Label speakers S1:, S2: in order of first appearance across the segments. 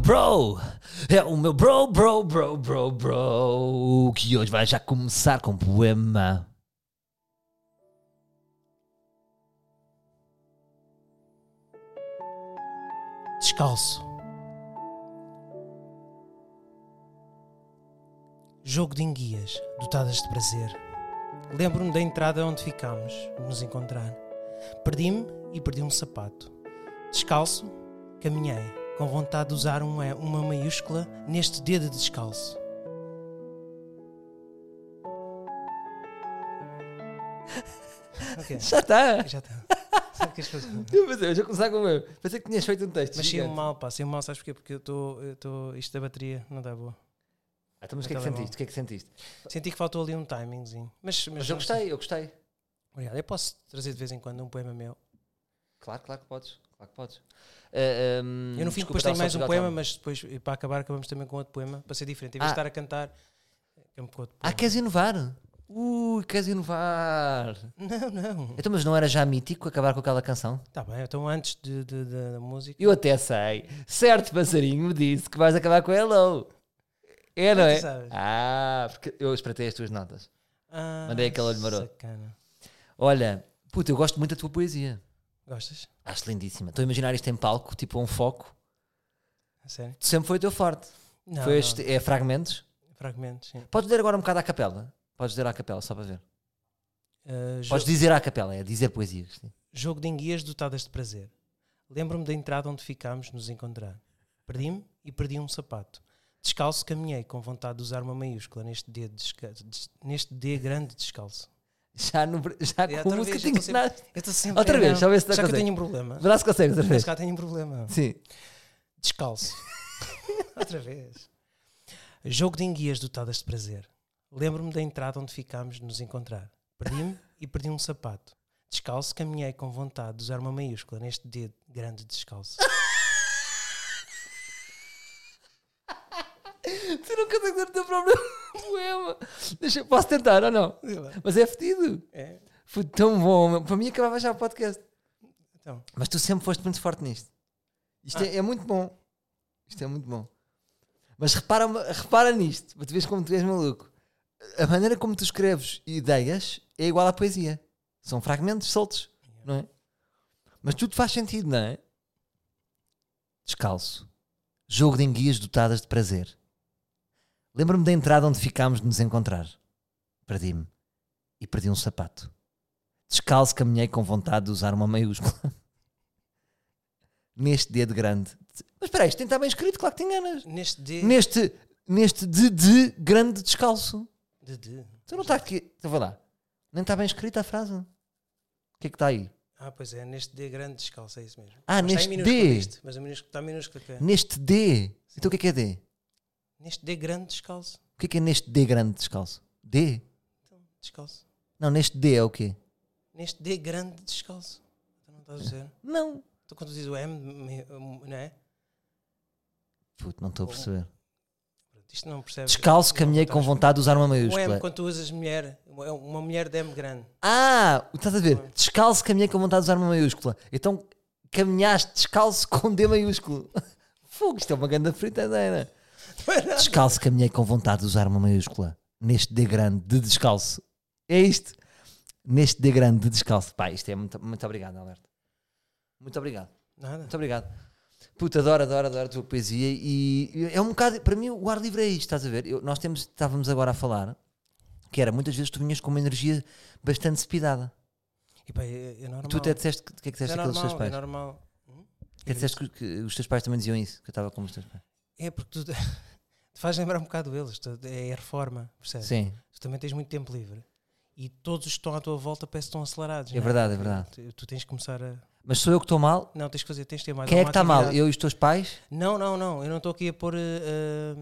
S1: bro. É o meu bro, bro, bro, bro, bro. Que hoje vai já começar com um poema.
S2: Descalço. Jogo de enguias, dotadas de prazer. Lembro-me da entrada onde ficámos, de nos encontrar. Perdi-me e perdi um sapato. Descalço, caminhei, com vontade de usar uma, uma maiúscula neste dedo descalço. Ok,
S1: Já está.
S2: já está. Sabe que as coisas-
S1: Eu pensei, eu já começar com o meu. Pensei que tinhas feito um texto.
S2: Mas saiu
S1: gigante.
S2: mal, pá, saiu mal, sabes porquê? Porque eu estou. eu estou- Isto da bateria não está boa.
S1: Ah, então, mas o que é que
S2: Então é bom.
S1: sentiste? O que é que sentiste?
S2: Senti que faltou ali um timingzinho. Mas,
S1: Mas eu gostei, eu gostei.
S2: Obrigado. Eu posso trazer de vez em quando um poema meu.
S1: Claro, claro que podes. Claro que podes. Ah, hum,
S2: eu no fim
S1: desculpa,
S2: depois
S1: estava
S2: tenho
S1: só a
S2: mais um
S1: jogar o
S2: poema,
S1: telemóvel.
S2: mas depois, e para acabar, acabamos também com outro poema, para ser diferente. Em vez
S1: Ah.
S2: de estar a cantar, acabamos com outro
S1: Ah,
S2: poema.
S1: queres inovar? Ui, queres inovar?
S2: Não, não.
S1: Então, mas não era já mítico acabar com aquela canção?
S2: Está bem, então antes de, de- de- da música.
S1: Eu até sei. Certo passarinho me disse que vais acabar com Hello. É, não
S2: tu
S1: é?
S2: sabes?
S1: Ah, porque eu espreitei as tuas notas.
S2: Ah,
S1: Mandei aquele olho maroto.
S2: Sacana.
S1: Olha, puta, eu gosto muito da tua poesia.
S2: Gostas?
S1: Acho lindíssima. Estou a imaginar isto em palco, tipo um foco.
S2: A sério?
S1: Sempre foi o teu forte.
S2: Não,
S1: foi
S2: não.
S1: este, é fragmentos.
S2: Fragmentos, sim.
S1: Podes ler agora um bocado à capela? Podes ler à capela, só para ver.
S2: Ah, jo-
S1: Podes dizer à capela, é dizer poesias. sim.
S2: Jogo de enguias dotadas de prazer. Lembro-me da entrada onde ficámos nos encontrar. Perdi-me e perdi um sapato. Descalço caminhei com vontade de usar uma maiúscula neste D, desca- des- neste D grande descalço.
S1: Já, no, já
S2: É,
S1: com a
S2: outra
S1: música
S2: vez,
S1: te
S2: eu tô sempre-
S1: enganaste.
S2: Eu estou sempre
S1: Outra vez,
S2: não,
S1: já vê se dá
S2: já que eu
S1: consegue.
S2: tenho um problema.
S1: Verá se consegues outra
S2: Já
S1: vez.
S2: que eu tenho um problema.
S1: Sim.
S2: Descalço. Outra vez. Jogo de enguias dotadas de prazer. Lembro-me da entrada onde ficámos de nos encontrar. Perdi-me e perdi um sapato. Descalço caminhei com vontade de usar uma maiúscula neste dedo grande descalço.
S1: Tu não consegues ler o teu próprio poema. Deixa, posso tentar ou não? Mas é fedido.
S2: É,
S1: Foi tão bom. meu. Para mim acabava já o podcast.
S2: então,
S1: Mas tu sempre foste muito forte nisto. Isto é, é muito bom. Isto é muito bom. Mas repara, repara nisto, para tu vês como tu és maluco. A maneira como tu escreves ideias é igual à poesia. São fragmentos soltos, não é? Mas tudo faz sentido, não é? Descalço. Jogo de enguias dotadas de prazer. Lembro-me da entrada onde ficámos de nos encontrar. Perdi-me. E perdi um sapato. Descalço caminhei com vontade de usar uma maiúscula neste dedo grande. Mas espera aí, isto tem que estar bem escrito, claro que te enganas.
S2: neste D.
S1: Neste, neste de, de grande descalço.
S2: de- de-
S1: Tu não está aqui. Então vai lá. Nem está bem escrita a frase. O que é que está aí?
S2: Ah, pois é, neste D grande descalço, é isso mesmo.
S1: Ah,
S2: Mas está em
S1: neste
S2: minúsculo
S1: D.
S2: isto, mas a minúsculo, está em minúsculo que é.
S1: Neste D. Então o que é que é D?
S2: Neste D grande descalço.
S1: O que é que é neste D grande descalço? D?
S2: Então, descalço.
S1: Não, neste D é o quê?
S2: Neste D grande descalço. Então não estás a dizer.
S1: Não.
S2: Tu quando dizes o M, me- me- não é?
S1: Puto, não estou a perceber.
S2: Pronto, Isto não percebes.
S1: Descalço
S2: Não,
S1: caminhei
S2: não
S1: é com vontade de usar uma
S2: percebes. O um M,
S1: maiúscula.
S2: é quando tu usas mulher, é uma mulher de M grande.
S1: Ah, estás a ver? Descalço caminhei com vontade de usar uma maiúscula. Então caminhaste descalço com D maiúsculo. Fogo, isto é uma grande fritadeira. Descalço caminhei com vontade de usar uma maiúscula. Neste D grande de descalço. É isto. Neste D grande de descalço. Pá, isto é muito, muito obrigado, Alberto. Muito obrigado.
S2: Nada.
S1: Muito obrigado. Puta, adoro, adoro, adoro a tua poesia e e é um bocado, para mim o ar livre é isto, estás a ver? Eu- nós temos, estávamos agora a falar que era muitas vezes tu vinhas com uma energia bastante cepidada.
S2: E pá, é, é normal.
S1: Tu até disseste que, o que é que
S2: é
S1: disseste aquilo dos teus
S2: normal, é
S1: pais?
S2: normal.
S1: Até disseste que, que os teus pais também diziam isso, que eu estava com os teus pais.
S2: É porque tu te faz lembrar um bocado deles. tu- É a reforma, percebes?
S1: Sim,
S2: Tu também tens muito tempo livre. E todos os que estão à tua volta parece que estão acelerados.
S1: é
S2: não
S1: verdade, é verdade.
S2: Tu, tu tens que começar a.
S1: Mas sou eu que estou mal?
S2: Não, tens que fazer, tens que ter mais
S1: Quem é que
S2: alguma
S1: está mal?
S2: atividade.
S1: Eu e os teus pais?
S2: Não, não, não. Eu não estou aqui a pôr. eh, eh,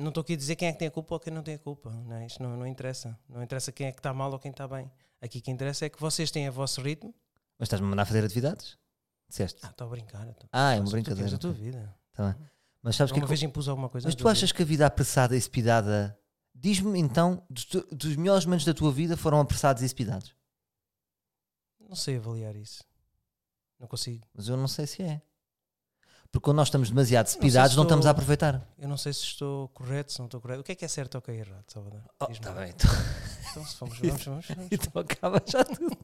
S2: não estou aqui a dizer quem é que tem a culpa ou quem não tem a culpa. Não é? Isto não, não interessa. Não interessa quem é que está mal ou quem está bem. Aqui o que interessa é que vocês têm o vosso ritmo.
S1: Mas estás-me a mandar fazer atividades? Disseste?
S2: Ah, estou a brincar. Estou
S1: Ah, é
S2: Mas
S1: uma
S2: tu
S1: brincadeira.
S2: tens a tua vida.
S1: Tá bem. Mas sabes o que é
S2: Alguma
S1: que eu-
S2: vez impus alguma coisa.
S1: Mas
S2: na
S1: tu
S2: tua
S1: achas que a vida apressada e cepidada. Diz-me então, dos, tu- dos melhores momentos da tua vida foram apressados e cepidados.
S2: vida? Não sei avaliar isso. Não consigo.
S1: Mas eu não sei se é. Porque quando nós estamos demasiado
S2: se
S1: speedados, não,
S2: estou-
S1: estamos a aproveitar.
S2: Eu não sei se estou correto, se não estou correto. O que é que é certo ou o que é errado, Salvador? Diz-me.
S1: Está bem, então,
S2: tá Então, se fomos, vamos, vamos, vamos.
S1: então acaba já tudo.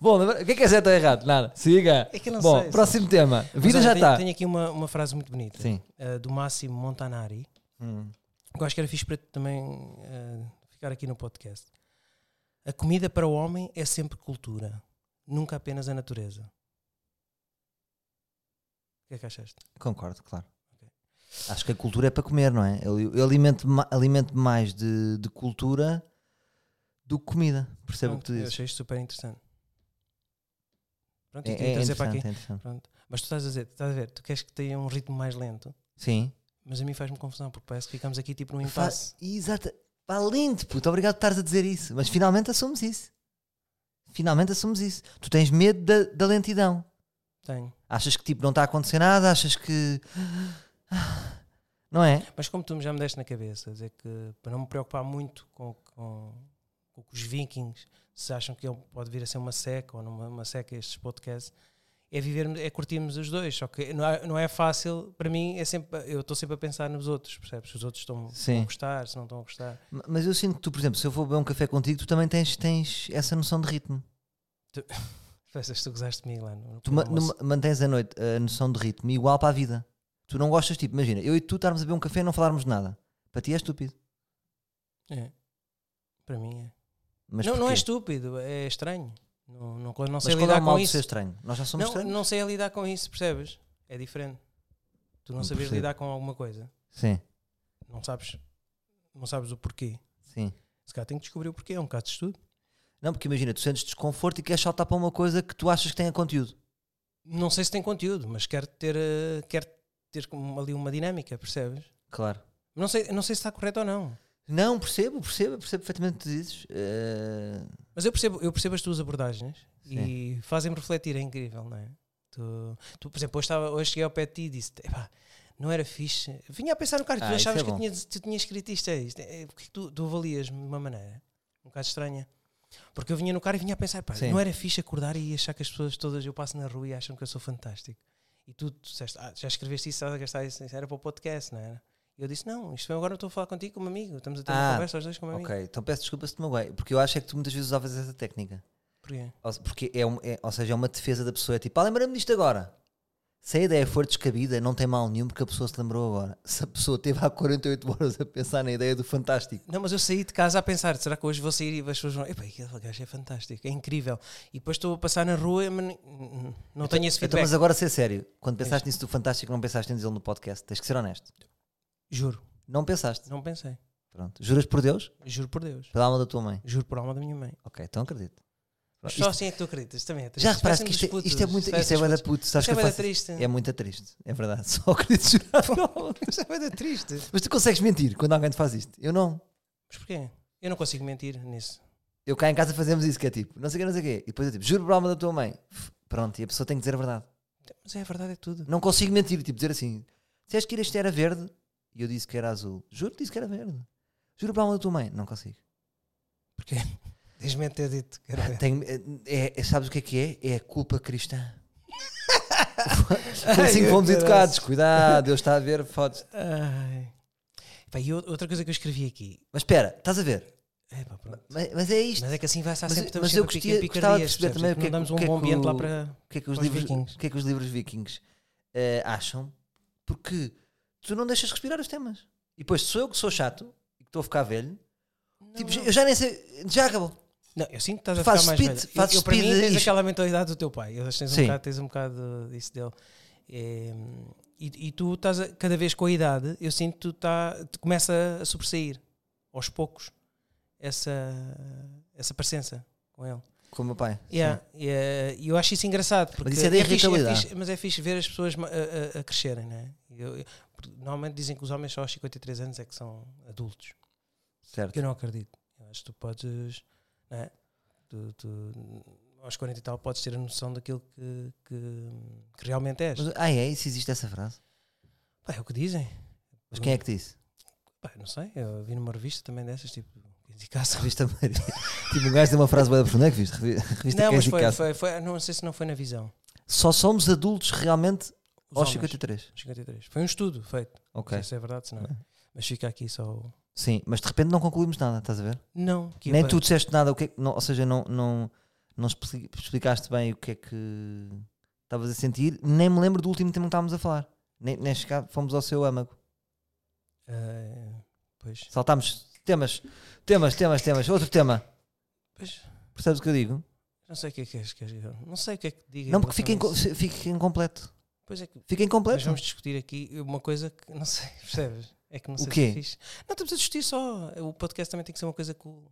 S1: Bom, lembra- o que é que é certo ou errado? Nada. Siga.
S2: É que eu não
S1: Bom,
S2: sei,
S1: próximo tema.
S2: Mas
S1: Vida
S2: olha,
S1: já
S2: tenho-
S1: está.
S2: Tenho aqui uma, uma frase muito bonita
S1: Sim.
S2: eh, do Máximo Montanari.
S1: Hum.
S2: que Eu acho que era fixe para também eh, ficar aqui no podcast. A comida para o homem é sempre cultura, nunca apenas a natureza. O que é que achaste?
S1: Concordo, claro.
S2: Ok.
S1: Acho que a cultura é para comer, não é? Eu, eu alimento, ma- alimento mais de, de cultura do que comida. Percebo o que tu
S2: Pronto, eu
S1: dizes.
S2: achei isto super interessante. Pronto,
S1: É,
S2: e
S1: é
S2: queria trazer para
S1: interessante,
S2: aqui.
S1: é interessante.
S2: Pronto. Mas tu estás a dizer, estás a ver, tu queres que tenha um ritmo mais lento,
S1: Sim.
S2: mas a mim faz-me confusão, porque parece que ficamos aqui tipo num
S1: Fa-
S2: impasse.
S1: Exato. Pá, lindo, puto. Obrigado por estares a dizer isso. Mas finalmente assumes isso. Finalmente assumes isso. Tu tens medo da, da lentidão.
S2: Tenho.
S1: Achas que tipo não está a acontecer nada, achas que. Não é?
S2: Mas como tu já me deste na cabeça, dizer que para não me preocupar muito com, com, com o que os vikings se acham que ele pode vir a ser uma seca ou numa uma seca estes podcasts, é vivermos, é curtirmos os dois. Só que não é, não é fácil, para mim é sempre, eu estou sempre a pensar nos outros, percebes? Se Os outros estão estão
S1: Sim.
S2: a gostar, se não estão a gostar.
S1: Ma- Mas eu sinto que tu, por exemplo, se eu for beber um café contigo, tu também tens, tens essa noção de ritmo.
S2: Pensas que tu gozaste comigo lá no, no
S1: Tu ma-
S2: almoço.
S1: numa- mantens a noite a noção de ritmo igual para a vida. Tu não gostas, tipo, imagina, eu e tu estarmos a beber um café e não falarmos de nada. Para ti é estúpido.
S2: É. Para mim é.
S1: Mas
S2: não, não é
S1: porquê?
S2: estúpido, é estranho. Não, não, não
S1: Mas qual
S2: sei
S1: é
S2: lidar
S1: o
S2: com
S1: mal de
S2: isso.
S1: ser estranho? Nós já somos
S2: Não,
S1: estranhos?
S2: não sei lidar com isso, percebes? É diferente. Tu não,
S1: Não
S2: sabes
S1: percebo.
S2: lidar com alguma coisa.
S1: Sim,
S2: Não sabes, não sabes o porquê.
S1: sim.
S2: Se calhar tem que descobrir o porquê, é um caso de estudo.
S1: Não, porque imagina, tu sentes desconforto e queres saltar para uma coisa que tu achas que tenha conteúdo.
S2: Não sei se tem conteúdo, mas quero ter, eh, quero ter como ali uma dinâmica, percebes?
S1: Claro.
S2: Não sei, não sei se está correto ou não.
S1: Não, percebo, percebo, percebo perfeitamente o que tu dizes. Eh,
S2: Mas eu percebo, eu percebo as tuas abordagens e fazem-me refletir, é incrível, não é? Tu, tu, por exemplo, hoje, estava, hoje cheguei ao pé de ti e disse: "Epá, não era fixe. Vinha a pensar no cara,
S1: Ah,
S2: tu
S1: isso
S2: achavas
S1: é
S2: que eu
S1: bom.
S2: tinha, tu tinha escrito isto, é isto. É, porque é que tu, tu avalias-me de uma maneira um bocado estranha. Porque eu vinha no carro e vinha a pensar: pá,
S1: Sim.
S2: não era fixe acordar e achar que as pessoas todas eu passo na rua e acham que eu sou fantástico. E tu, tu disseste: "Ah, já escreveste isso, estás a gastar isso, isso era para o podcast, não era? E eu disse: não, isto foi agora, eu estou a falar contigo como amigo, estamos a ter
S1: Ah,
S2: uma conversa, os dois como amigo.
S1: ok, então peço desculpa se te magoei, porque eu acho é que tu muitas vezes usavas essa técnica.
S2: Porquê?
S1: Ou, se- porque é, um- é- ou seja, é uma defesa da pessoa. É tipo, ah, lembrei-me disto agora. Se a ideia for descabida, não tem mal nenhum porque a pessoa se lembrou agora. Se a pessoa teve há 48 horas a pensar na ideia do fantástico.
S2: Não, mas eu saí de casa a pensar, será que hoje vou sair e as pessoas vão, epá, aquele gajo é fantástico, é incrível. E depois estou a passar na rua e mas não não tenho esse
S1: Então,
S2: feedback.
S1: mas agora ser sério, quando pensaste nisso do fantástico, não pensaste em dizê-lo no podcast. Tens que ser honesto.
S2: Juro,
S1: Não pensaste.
S2: não pensei.
S1: Pronto. Juras por Deus?
S2: Juro por Deus.
S1: Pela alma da tua mãe.
S2: Juro por alma da minha mãe.
S1: Ok, então acredito.
S2: Mas
S1: Isto-
S2: só assim é que tu acreditas também. é triste.
S1: já reparaste que
S2: Parece-me
S1: isto, é-
S2: disputas,
S1: isto é muito. Isto
S2: parece
S1: é bué da
S2: disputas.
S1: puto. Sabes
S2: Isto é
S1: que eu
S2: bué da
S1: faço-
S2: triste.
S1: É muito triste. É verdade. Só acredito jurar.
S2: Isto é bué da triste.
S1: Mas tu consegues mentir quando alguém te faz isto. Eu não.
S2: Mas porquê? Eu não consigo mentir nisso.
S1: Eu cá em casa fazemos isso, que é tipo, não sei o que, não sei o quê. E depois é tipo, juro por alma da tua mãe. F- Pronto, e a pessoa tem que dizer a verdade.
S2: Mas é a verdade, é tudo.
S1: Não consigo mentir, tipo, dizer assim, disseste que ir este era verde e eu disse que era azul. Juro que disse que era verde. Juro por alma da tua mãe. Não consigo.
S2: Porquê? Diz-me ter dito. Quero ver.
S1: Tenho- é, é- sabes o que é que é? É a culpa cristã. Foi assim que fomos
S2: Ai,
S1: educados. Cuidado, Deus está a ver fotos.
S2: Ai. Pá, e ou- outra coisa que eu escrevi aqui.
S1: Mas espera, estás a ver?
S2: Epá, pronto.
S1: Mas, mas é isto.
S2: Mas é que assim vai estar
S1: Mas-
S2: sempre
S1: mas
S2: sempre
S1: eu gostia- gostava de perceber também o que é
S2: não
S1: que-
S2: damos
S1: o
S2: um
S1: que é
S2: bom
S1: que
S2: ambiente
S1: o-
S2: lá para.
S1: o que é que os
S2: Para os
S1: livros
S2: vikings.
S1: o que é que os livros vikings eh, acham porque tu não deixas respirar os temas e depois sou eu que sou chato e que estou a ficar velho tipo, eu já nem sei já acabou
S2: Não, eu sinto que estás a
S1: Fazes
S2: ficar mais
S1: speed-
S2: velho. Eu-
S1: fazes
S2: eu, para mim,
S1: speed
S2: tens
S1: e-
S2: aquela mentalidade do teu pai. Eu acho que tens um
S1: Sim.
S2: bocado, tens um bocado disso dele. É, e, e tu estás a- cada vez com a idade, eu sinto que tu, tá, tu começa a sobressair aos poucos essa, essa presença com ele.
S1: com o meu pai
S2: Yeah, yeah, e eu acho isso engraçado. Porque
S1: isso é da
S2: fixe-
S1: irritabilidade.
S2: fixe- mas é fixe ver as pessoas ma- a, a- a crescerem, não é? Eu- eu- porque normalmente dizem que os homens só aos 53 anos é que são adultos.
S1: Sim, certo
S2: Eu não acredito. Eu acho que tu podes. Não é? tu, tu, aos 40 e tal podes ter a noção daquilo que, que, que realmente és.
S1: mas, ah é isso existe essa frase
S2: Pá, é o que dizem.
S1: mas quem é que disse
S2: Pá, não sei, eu vi numa revista também dessas, tipo, indicação.
S1: revista Maria tipo um gajo tem uma frase bem profunda é que viste Revi- revista
S2: Não,
S1: Cães
S2: mas
S1: e
S2: foi,
S1: Caça.
S2: foi, foi, não sei se não foi na visão.
S1: só somos adultos realmente
S2: Os
S1: Aos
S2: homens.
S1: 53.
S2: Os 53. Foi um estudo feito.
S1: Ok.
S2: Não sei se é verdade, se não é. Mas fica aqui só. o-
S1: Sim, mas de repente não concluímos nada, estás a ver?
S2: Não, que
S1: Nem
S2: pa-
S1: tu disseste nada, o que é que- não, ou seja, não, não, não expli- explicaste bem o que é que estavas a sentir, nem me lembro do último tema que estávamos a falar. Nem, nem chegar, fomos ao seu âmago.
S2: Ah, pois.
S1: Saltámos temas, temas, temas, temas. Outro tema.
S2: Pois.
S1: Percebes o que eu digo?
S2: Não sei o que é que és, que és- Não sei o que é que diga. em
S1: não, porque fica,
S2: relação a
S1: inco
S2: isso.
S1: fi- fica incompleto.
S2: Pois é que.
S1: Fica
S2: Mas
S1: incompleto.
S2: vamos discutir aqui uma coisa que não sei, percebes? É que não
S1: O
S2: sei se
S1: quê?
S2: é fixe. Não estamos a discutir só. O podcast também tem que ser uma coisa cool.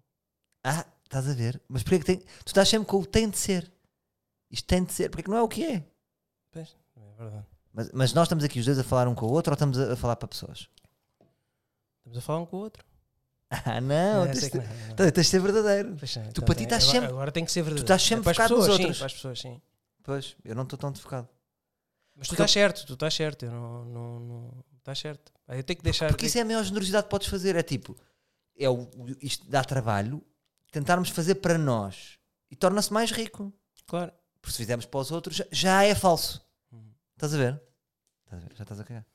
S1: Ah, estás a ver? Mas porquê que tem. Tu estás sempre com o tem de ser. Isto tem de ser. Porque não é o que é.
S2: Pois, é verdade.
S1: Mas, mas nós estamos aqui os dois a falar um com o outro ou estamos a, a falar para pessoas?
S2: Estamos a falar um com o outro.
S1: Ah, não.
S2: eu
S1: tens,
S2: É, sei
S1: de-
S2: que não, não.
S1: tens de ser verdadeiro.
S2: Pois é,
S1: tu
S2: tá
S1: para ti
S2: bem.
S1: estás
S2: Agora-
S1: sempre-
S2: Agora tem que ser verdadeiro.
S1: estás sempre
S2: É para as
S1: focado nos
S2: pessoas, sim,
S1: outros.
S2: para as pessoas, sim.
S1: Pois, eu não estou tão focado.
S2: Mas tu
S1: Porque-
S2: estás certo, tu estás certo. Eu não. não, não estás certo. Ah, Eu tenho que deixar.
S1: Porque isso é a maior generosidade que podes fazer. É tipo, é o, o- isto dá trabalho, tentarmos fazer para nós e torna-se mais rico.
S2: Claro.
S1: Porque se fizermos para os outros, já, já é falso.
S2: Hum.
S1: Estás a ver? Estás a ver? Já estás a cagar.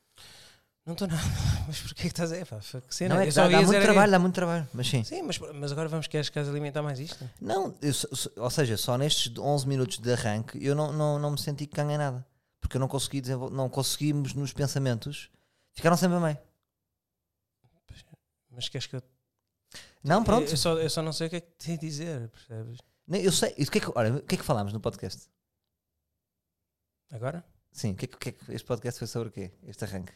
S2: Não estou nada. Mas porquê que estás a. Pá, fuck, cena.
S1: não é
S2: Eu
S1: que
S2: só
S1: dá,
S2: ia
S1: dá muito
S2: dizer-
S1: trabalho, dá muito trabalho. Mas sim.
S2: Sim, mas, mas agora vamos queres queres alimentar mais isto?
S1: Não, eu so- so- ou seja, só nestes 11 minutos de arranque eu não, não, não me senti que ganhei nada. Porque eu não consegui desenvol- não conseguimos nos pensamentos, ficaram sempre a meio.
S2: Mas queres que eu.
S1: Não, Então, pronto.
S2: Eu, eu só, eu só não sei o que é que te dizer, percebes?
S1: Nem- Eu sei. Isso, que é que, olha, o que é que falámos no podcast?
S2: Agora?
S1: Sim, o que é que, o que é que este podcast foi sobre o quê? Este arranque?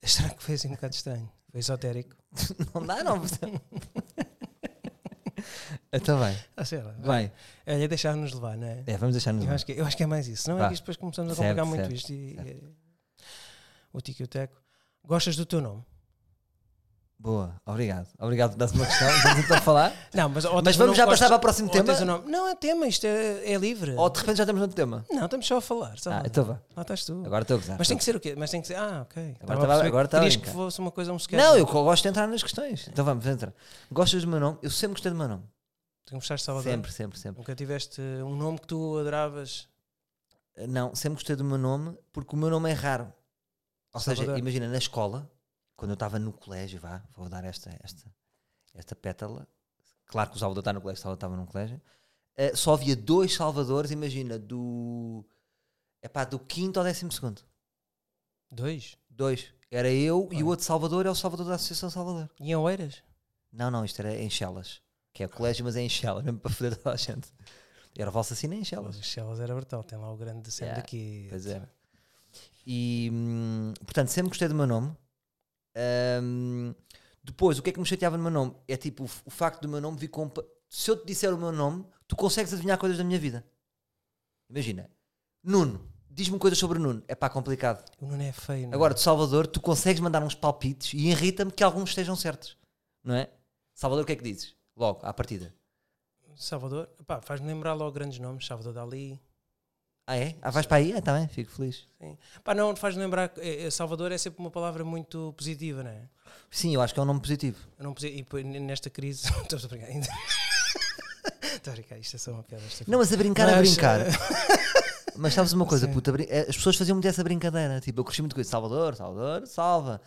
S2: Estranho que foi assim um bocado estranho. Foi esotérico.
S1: Não dá, não. então vai,
S2: Ah, sei lá.
S1: vai.
S2: Olha, deixar-nos levar, não é?
S1: É, vamos deixar-nos
S2: Eu
S1: lá.
S2: acho, que, eu acho que é mais isso. Não é
S1: Vá.
S2: que isto depois começamos a
S1: Certo,
S2: complicar muito
S1: certo,
S2: isto. E, e- o Tico e o Teco. Gostas do teu nome?
S1: Boa, obrigado. Obrigado por dar uma questão. Vamos então falar.
S2: Não, mas, ou
S1: Mas
S2: tens o
S1: vamos
S2: nome-
S1: já
S2: ou
S1: passar
S2: tens-
S1: para o próximo
S2: ou
S1: tema?
S2: tens o nome. Não é tema, isto é, é livre.
S1: Ou de repente já estamos no tema?
S2: Não, estamos só a falar. Só
S1: Ah,
S2: lá.
S1: então vá.
S2: Lá estás tu.
S1: Agora estou a gozar.
S2: Mas tem que ser o quê? Mas tem que ser. Ah, ok. Estava a
S1: estava-
S2: perceber
S1: Ah, agora estava
S2: que
S1: a
S2: querias que
S1: brincar.
S2: fosse uma coisa, um sketch.
S1: Não, eu co- gosto de entrar nas questões. Então vamos entrar. Gostas do meu nome? Eu sempre gostei do meu nome.
S2: Tu gostaste de Salvador?
S1: Sempre, sempre, sempre.
S2: Nunca tiveste um nome que tu adoravas.
S1: Eh, Não, sempre gostei do meu nome porque o meu nome é raro. Ou seja,
S2: Salvador.
S1: imagina na escola, quando eu estava no colégio, vá, vou dar esta, esta, esta pétala. Claro que o Salvador está no colégio, o Salvador estava num colégio. Eh, só havia dois Salvadores, imagina, do. Epá, do quinto ao décimo segundo.
S2: Dois.
S1: Dois. Era eu e
S2: Olha.
S1: o outro Salvador é o Salvador da Associação Salvador.
S2: E em Oeiras?
S1: Não, não, isto era em Chelas. Que é o colégio, mas é em Chelas, mesmo para foder toda a gente. Era o Valsacina em Chelas.
S2: Elas, elas era brutal, tem lá o grande sempre
S1: Yeah,
S2: daqui.
S1: Pois é. E hum, portanto, sempre gostei do meu nome. Hum, depois, o que é que me chateava no meu nome? É tipo o, f- o facto do meu nome vir com. pa- Se eu te disser o meu nome, tu consegues adivinhar coisas da minha vida. Imagina, Nuno, diz-me coisas sobre o Nuno. É pá, complicado.
S2: O Nuno é feio. não é?
S1: Agora, de Salvador, tu consegues mandar uns palpites e irrita-me que alguns estejam certos, não é? Salvador, o que é que dizes? Logo, à partida.
S2: Salvador, pá, faz-me lembrar logo grandes nomes. Salvador Dali.
S1: Ah, é? Ah, vais para aí? Ah, tá bem, fico feliz.
S2: Sim. Pá, não, faz-me lembrar. é, é, Salvador é sempre uma palavra muito positiva, não é?
S1: Sim, eu acho que é um nome positivo.
S2: Eu não posi- e pô, n- nesta crise. Estou a brincar ainda. Estou a brincar, isto é só uma piada. isto é
S1: Não, mas a brincar, a
S2: Mas, eh,
S1: brincar. Mas sabes uma coisa,
S2: Sim.
S1: puta, brin- eh, as pessoas faziam muito essa brincadeira. Tipo, eu cresci muito com isso. Salvador, Salvador, salva.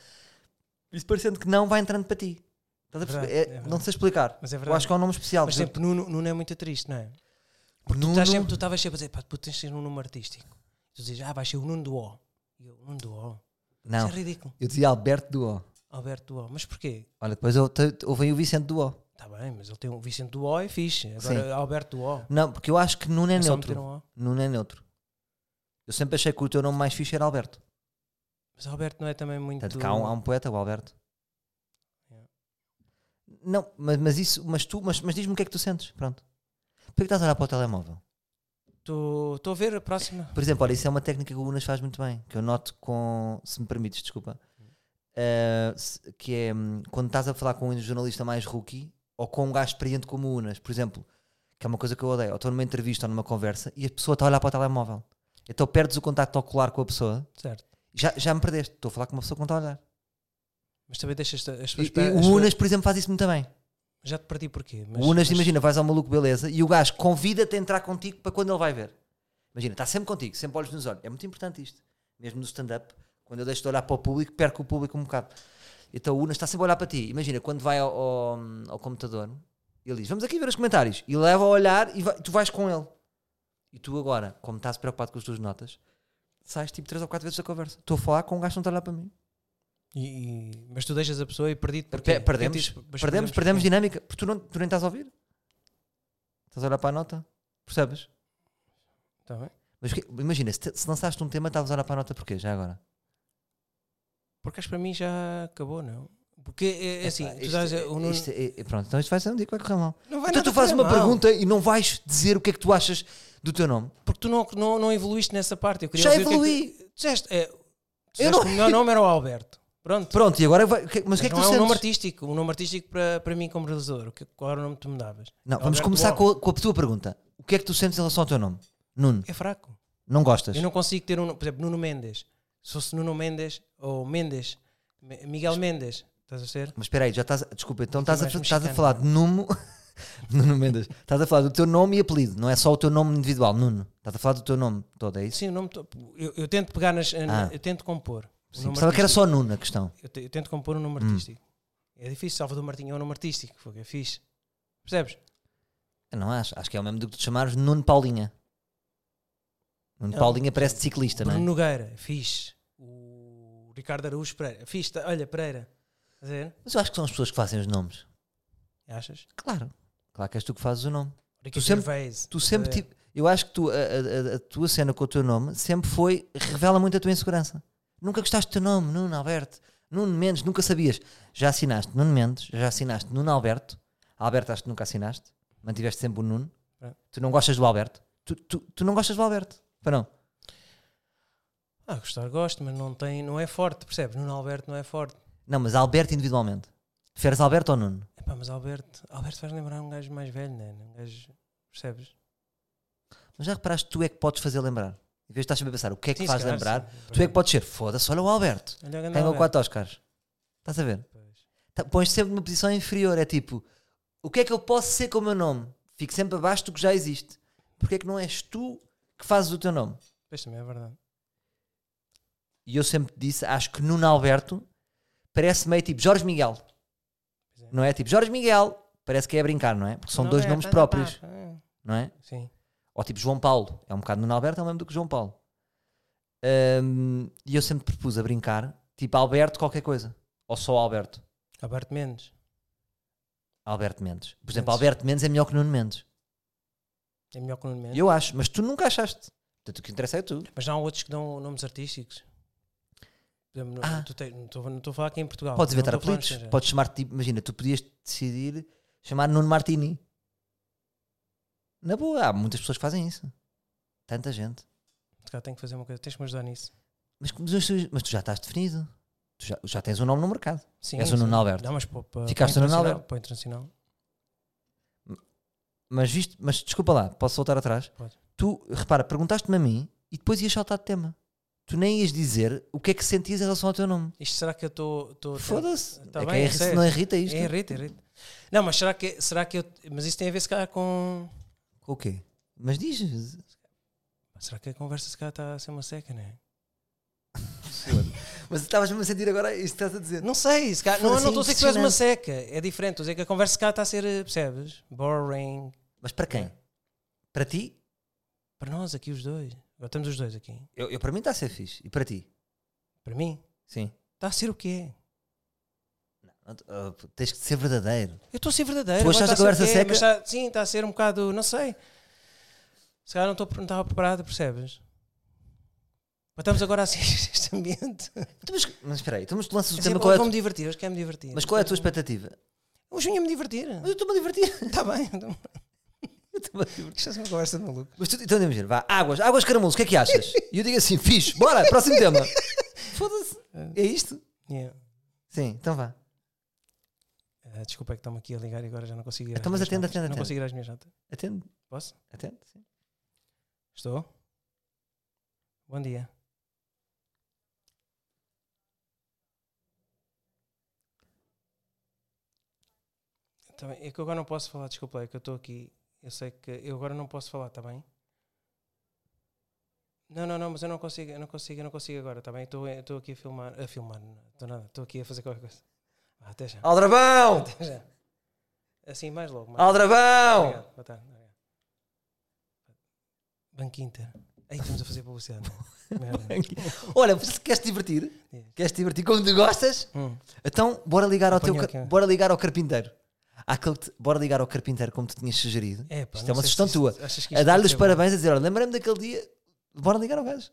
S1: Isso parecendo que não vai entrando para ti. Estás a perceber?
S2: Verdade, é
S1: É-
S2: verdade.
S1: não sei explicar.
S2: Mas é
S1: eu
S2: verdade.
S1: acho que é um nome especial.
S2: Mas
S1: por
S2: sempre Nuno, Nuno é muito triste, não é?
S1: exemplo, Nuno,
S2: Estás sempre, tu estavas sempre a dizer, pá, tu tens de ser um nome artístico. Tu dizes, ah, vai ser o Nuno do O. E eu, Nuno do O.
S1: Não,
S2: Isso é ridículo.
S1: eu dizia Alberto do O.
S2: Alberto do O. Mas porquê?
S1: Olha, depois eu te- te- ouvi o Vicente do O.
S2: Está bem, mas ele tem um Vicente do O é fixe. Agora
S1: Sim.
S2: Alberto do O.
S1: Não, porque eu acho que Nuno é,
S2: só meter
S1: neutro.
S2: um O.
S1: Nuno é neutro. Eu sempre achei que o teu nome mais fixe era Alberto.
S2: Mas Alberto não é também muito.
S1: Tanto que há um, há um poeta, o Alberto.
S2: Yeah.
S1: Não, mas, mas isso, mas tu, mas, mas diz-me o que é que tu sentes, pronto. Por que estás a olhar para o telemóvel?
S2: Estou estou a ver a próxima.
S1: Por exemplo, olha, isso é uma técnica que o Unas faz muito bem, que eu noto com, se me permites, desculpa, eh, se- que é hum, quando estás a falar com um jornalista mais rookie ou com um gajo experiente como o Unas, por exemplo, que é uma coisa que eu odeio, ou estou numa entrevista ou numa conversa e a pessoa está a olhar para o telemóvel. Então perdes o contacto ocular com a pessoa,
S2: Certo.
S1: já, já me perdeste, estou a falar com uma pessoa que não está a olhar.
S2: Mas também deixas as
S1: E,
S2: pessoas.
S1: e o Unas, por exemplo, faz isso muito bem.
S2: Já te perdi porquê. Mas,
S1: O Unas,
S2: mas-
S1: imagina, vais ao maluco beleza e o gajo tá convida-te a entrar contigo para quando ele vai ver. Imagina, está sempre contigo, sempre olhos nos olhos. É muito importante isto. mesmo no stand-up, quando eu deixo de olhar para o público, perco o público um bocado. Então o Unas está sempre a olhar para ti. Imagina, quando vai ao, ao, ao computador, ele diz: Vamos aqui ver os comentários. E leva a olhar e vai- tu vais com ele. E tu agora, como estás preocupado com as tuas notas, sais tipo três ou quatro vezes da conversa. Estou a falar com um gajo que não está a olhar para mim.
S2: E- e- mas tu deixas a pessoa e perdido
S1: Pe-
S2: porque é tipo,
S1: perdemos, perdemos, perdemos, dinâmica. Porque tu, não, tu nem estás a ouvir. Estás a olhar para a nota. Percebes?
S2: Tá bem.
S1: Mas que- imagina, se, te- se lançaste um tema, estavas a olhar para a nota porquê? Já agora.
S2: Porque acho que para mim já acabou, não? Porque é, é assim,
S1: Epá,
S2: tu
S1: isto-
S2: estás a- o Nuno-
S1: isto é- é- pronto, então isto vai ser um dia que vai correr mal.
S2: não vai
S1: Então
S2: nada
S1: tu fazes
S2: correr
S1: uma
S2: mal,
S1: pergunta e não vais dizer o que é que tu achas do teu nome.
S2: Porque tu não, não, não evoluíste nessa parte. Eu queria
S1: Já
S2: ouvir o que é que tu-
S1: evoluí.
S2: Disseste, é, tu
S1: Eu
S2: disseste
S1: não-
S2: que o meu nome era o Alberto. Pronto.
S1: Pronto, e agora vai, o que- mas o que é que
S2: não
S1: tu
S2: é um nome
S1: sentes?
S2: artístico. Um nome artístico para, para mim como realizador. O que- Qual era o nome que tu me davas?
S1: Não,
S2: É
S1: vamos
S2: Alberto
S1: começar
S2: Wall.
S1: com a, com a tua pergunta. O que é que tu sentes em relação ao teu nome? Nuno,
S2: É fraco.
S1: não gostas?
S2: Eu não consigo ter um... nome- Por exemplo, Nuno Mendes. Se fosse Nuno Mendes ou Mendes. M- Miguel Mendes. Estás a ser?
S1: Mas espera aí, já estás. Desculpa, então estás a,
S2: mais
S1: estás a
S2: mexicano,
S1: falar de Nuno. Nuno Mendes. Estás a falar do teu nome e apelido, não é só o teu nome individual, Nuno. Estás a falar do teu nome todo, é isso?
S2: Sim, o nome... to- Eu, eu tento pegar nas...
S1: Ah.
S2: Eu tento compor. O
S1: Sim,
S2: nome
S1: pensava que era
S2: artístico.
S1: só Hum. Nuno a questão.
S2: Eu, te- eu tento compor um nome artístico. É difícil. Salvador Martinho é um nome artístico. Foi o que é fixe. Percebes?
S1: Eu não acho. Acho que é o mesmo do que tu te chamares Nuno Paulinha. Nuno
S2: Não,
S1: Paulinha parece de ciclista, não
S2: É um Bruno
S1: é?
S2: Nogueira, fixe. O Ricardo Araújo Pereira, fixe. Tá- Olha, Pereira. tá Estás a ver?
S1: Mas eu acho que são as pessoas que fazem os nomes.
S2: Achas?
S1: Claro. Claro que és tu que fazes o nome.
S2: Ricky
S1: sempre-
S2: Gervais. tá
S1: Tu
S2: estás a
S1: sempre
S2: ver?
S1: tive- Eu acho que tu, a, a- a- a tua cena com o teu nome sempre foi. revela muito a tua insegurança. Nunca gostaste do teu nome, Nuno Alberto. Nuno Mendes, nunca sabias. Já assinaste Nuno Mendes, já assinaste Nuno Alberto. Alberto, acho que nunca assinaste. Mantiveste sempre o Nuno.
S2: É.
S1: Tu não gostas do Alberto. Tu, tu, tu não gostas do Alberto. Para não.
S2: Ah, gostar gosto, mas não, tem, não é forte, percebes? Nuno Alberto não é forte.
S1: Não, mas Alberto individualmente. Preferes Alberto ou Nuno?
S2: Epá, mas Alberto, Alberto faz lembrar um gajo mais velho, né? Um gajo, percebes?
S1: Mas já reparaste, tu é que podes fazer lembrar. Em vez de estar sempre a pensar o que é que
S2: Sim, se
S1: faz
S2: calhar,
S1: lembrar,
S2: sim. é.
S1: tu é que podes ser. Foda-se, olha o Alberto.
S2: Olha o grande
S1: Ganhou
S2: Alberto.
S1: quatro Oscars. Estás a ver?
S2: Pois.
S1: Tá- pões-te sempre numa posição inferior. É tipo, o que é que eu posso ser com o meu nome? Fico sempre abaixo do que já existe. Porque é que não és tu que fazes o teu nome?
S2: Pois também é verdade.
S1: E eu sempre disse, acho que Nuno Alberto parece meio tipo Jorge Miguel.
S2: Pois é.
S1: Não é tipo Jorge Miguel, parece que é a brincar, não é? Porque são
S2: Não
S1: dois
S2: é,
S1: nomes
S2: tá na
S1: próprios,
S2: pá, é.
S1: não é?
S2: Sim.
S1: Ou tipo João Paulo, é um bocado Nuno Alberto, é o mesmo do que João Paulo. Ahm, e eu sempre propus a brincar, tipo Alberto qualquer coisa, ou só Alberto.
S2: Alberto Mendes.
S1: Alberto Mendes. Por exemplo,
S2: Mendes.
S1: Alberto Mendes é melhor que Nuno Mendes.
S2: É melhor que o Nuno Mendes.
S1: Eu acho, mas tu nunca achaste. Portanto, o que interessa é tu.
S2: Mas não há outros que dão nomes artísticos. Por exemplo, não-
S1: Ah.
S2: tu tens- não estou não estou a falar aqui em Portugal.
S1: Podes
S2: não
S1: inventar
S2: estou a falar no
S1: apelidos.
S2: estrangeiro.
S1: Podes chamar-te, tipo, imagina, tu podias decidir chamar Nuno Martini. Na boa, há muitas pessoas que fazem isso. Tanta gente.
S2: Se calhar tenho que fazer uma coisa, tens que me ajudar nisso.
S1: Mas, como diz- mas tu já estás definido. Tu já, já tens um nome no mercado.
S2: Sim,
S1: És o Nuno
S2: sim.
S1: Alberto.
S2: Não, mas para, para,
S1: Ficaste
S2: para
S1: no
S2: o internacional-
S1: Ronaldo.
S2: Para o internacional.
S1: Mas visto, mas desculpa lá, posso voltar atrás?
S2: Pode.
S1: Tu, repara, perguntaste-me a mim e depois ias saltar de tema. Tu nem ias dizer o que é que sentias em relação ao teu nome.
S2: Isto será que eu estou. estou-
S1: Foda-se.
S2: Tá
S1: é que
S2: bem,
S1: é,
S2: eu
S1: irri-
S2: sei.
S1: não irrita
S2: É
S1: isto.
S2: irrita, irrita. Não, mas será que, será que eu. Mas isso tem a ver, se calhar, com.
S1: O quê? Mas diz.
S2: Será que a conversa, se calhar, está a ser uma seca, não é?
S1: Mas estavas-me a sentir agora isto que estás a dizer.
S2: Não sei, se calhar. Não, eu não
S1: Assim,
S2: estou a dizer que tu és uma seca. É diferente. Estou a dizer que a conversa, se calhar, está a ser. eh, Percebes? Boring.
S1: Mas para quem? Para ti?
S2: Para nós, aqui os dois. Agora estamos os dois aqui.
S1: Eu, eu- para mim está a ser fixe. E para ti?
S2: Para mim,
S1: Sim.
S2: está a ser o quê?
S1: Não te- ah, pô, tens que ser verdadeiro.
S2: Eu estou a ser verdadeiro.
S1: Tu
S2: agora
S1: achaste
S2: está
S1: a
S2: ser
S1: conversa
S2: o quê?
S1: seca?
S2: Mas está- sim, está a ser um bocado. Não sei. Se calhar não, estou, não estava preparado, percebes? Mas estamos agora assim neste ambiente.
S1: Então, mas, mas espera aí, então, mas tu lanças o
S2: É
S1: tema.
S2: sempre,
S1: Qual é a
S2: vou-me
S1: tu,
S2: divertir, hoje quero-me divertir.
S1: mas qual é a tua expectativa?
S2: Hoje eu ia-me divertir.
S1: Mas eu estou-me a divertir.
S2: Está bem. então-
S1: Eu estou-me a divertir.
S2: Isto é uma conversa de maluco.
S1: Mas tu, então imagina, vá, águas, águas caramulos, o que é que achas? E eu digo assim, fixe, bora, próximo tema. Foda-se. É isto?
S2: Yeah.
S1: Sim, então vá.
S2: Ah, desculpa é que estão-me aqui a ligar e agora já não consigo ir às
S1: Então, mas
S2: minhas
S1: atende,
S2: notas.
S1: atende,
S2: Não
S1: atende.
S2: consigo ir às minhas notas.
S1: Atende,
S2: Posso?
S1: atende. Sim.
S2: Estou? Bom dia. Tá bem, é que eu agora não posso falar, desculpa, lá, é que eu estou aqui. Eu sei que eu agora não posso falar, está bem? tá Não, não, não, mas eu não consigo, eu não consigo, eu não consigo agora, tá bem? Estou estou aqui a filmar, a filmar, não, estou nada, estou aqui a fazer qualquer coisa. Ah, até já,
S1: Aldrabão!
S2: até já. Assim, mais logo. Mais
S1: Aldrabão!
S2: Obrigado, boa tarde. Obrigado. Banco Inter. Aí estamos a fazer publicidade. é? Merda.
S1: Olha, se queres te divertir?
S2: Diz.
S1: Queres te divertir como tu gostas?
S2: Hum.
S1: Então, bora ligar ao
S2: Apanha
S1: teu. ca-
S2: aqui.
S1: Bora ligar ao carpinteiro. Àquele que te- bora ligar ao carpinteiro como tu tinhas sugerido.
S2: É, pá,
S1: isto é
S2: não
S1: uma
S2: sei se
S1: sugestão
S2: isto-
S1: tua.
S2: achas que
S1: A
S2: isto
S1: dar-lhe
S2: vai
S1: os
S2: ser bom?
S1: parabéns a dizer: olha, lembrei-me daquele dia, bora ligar ao gajo.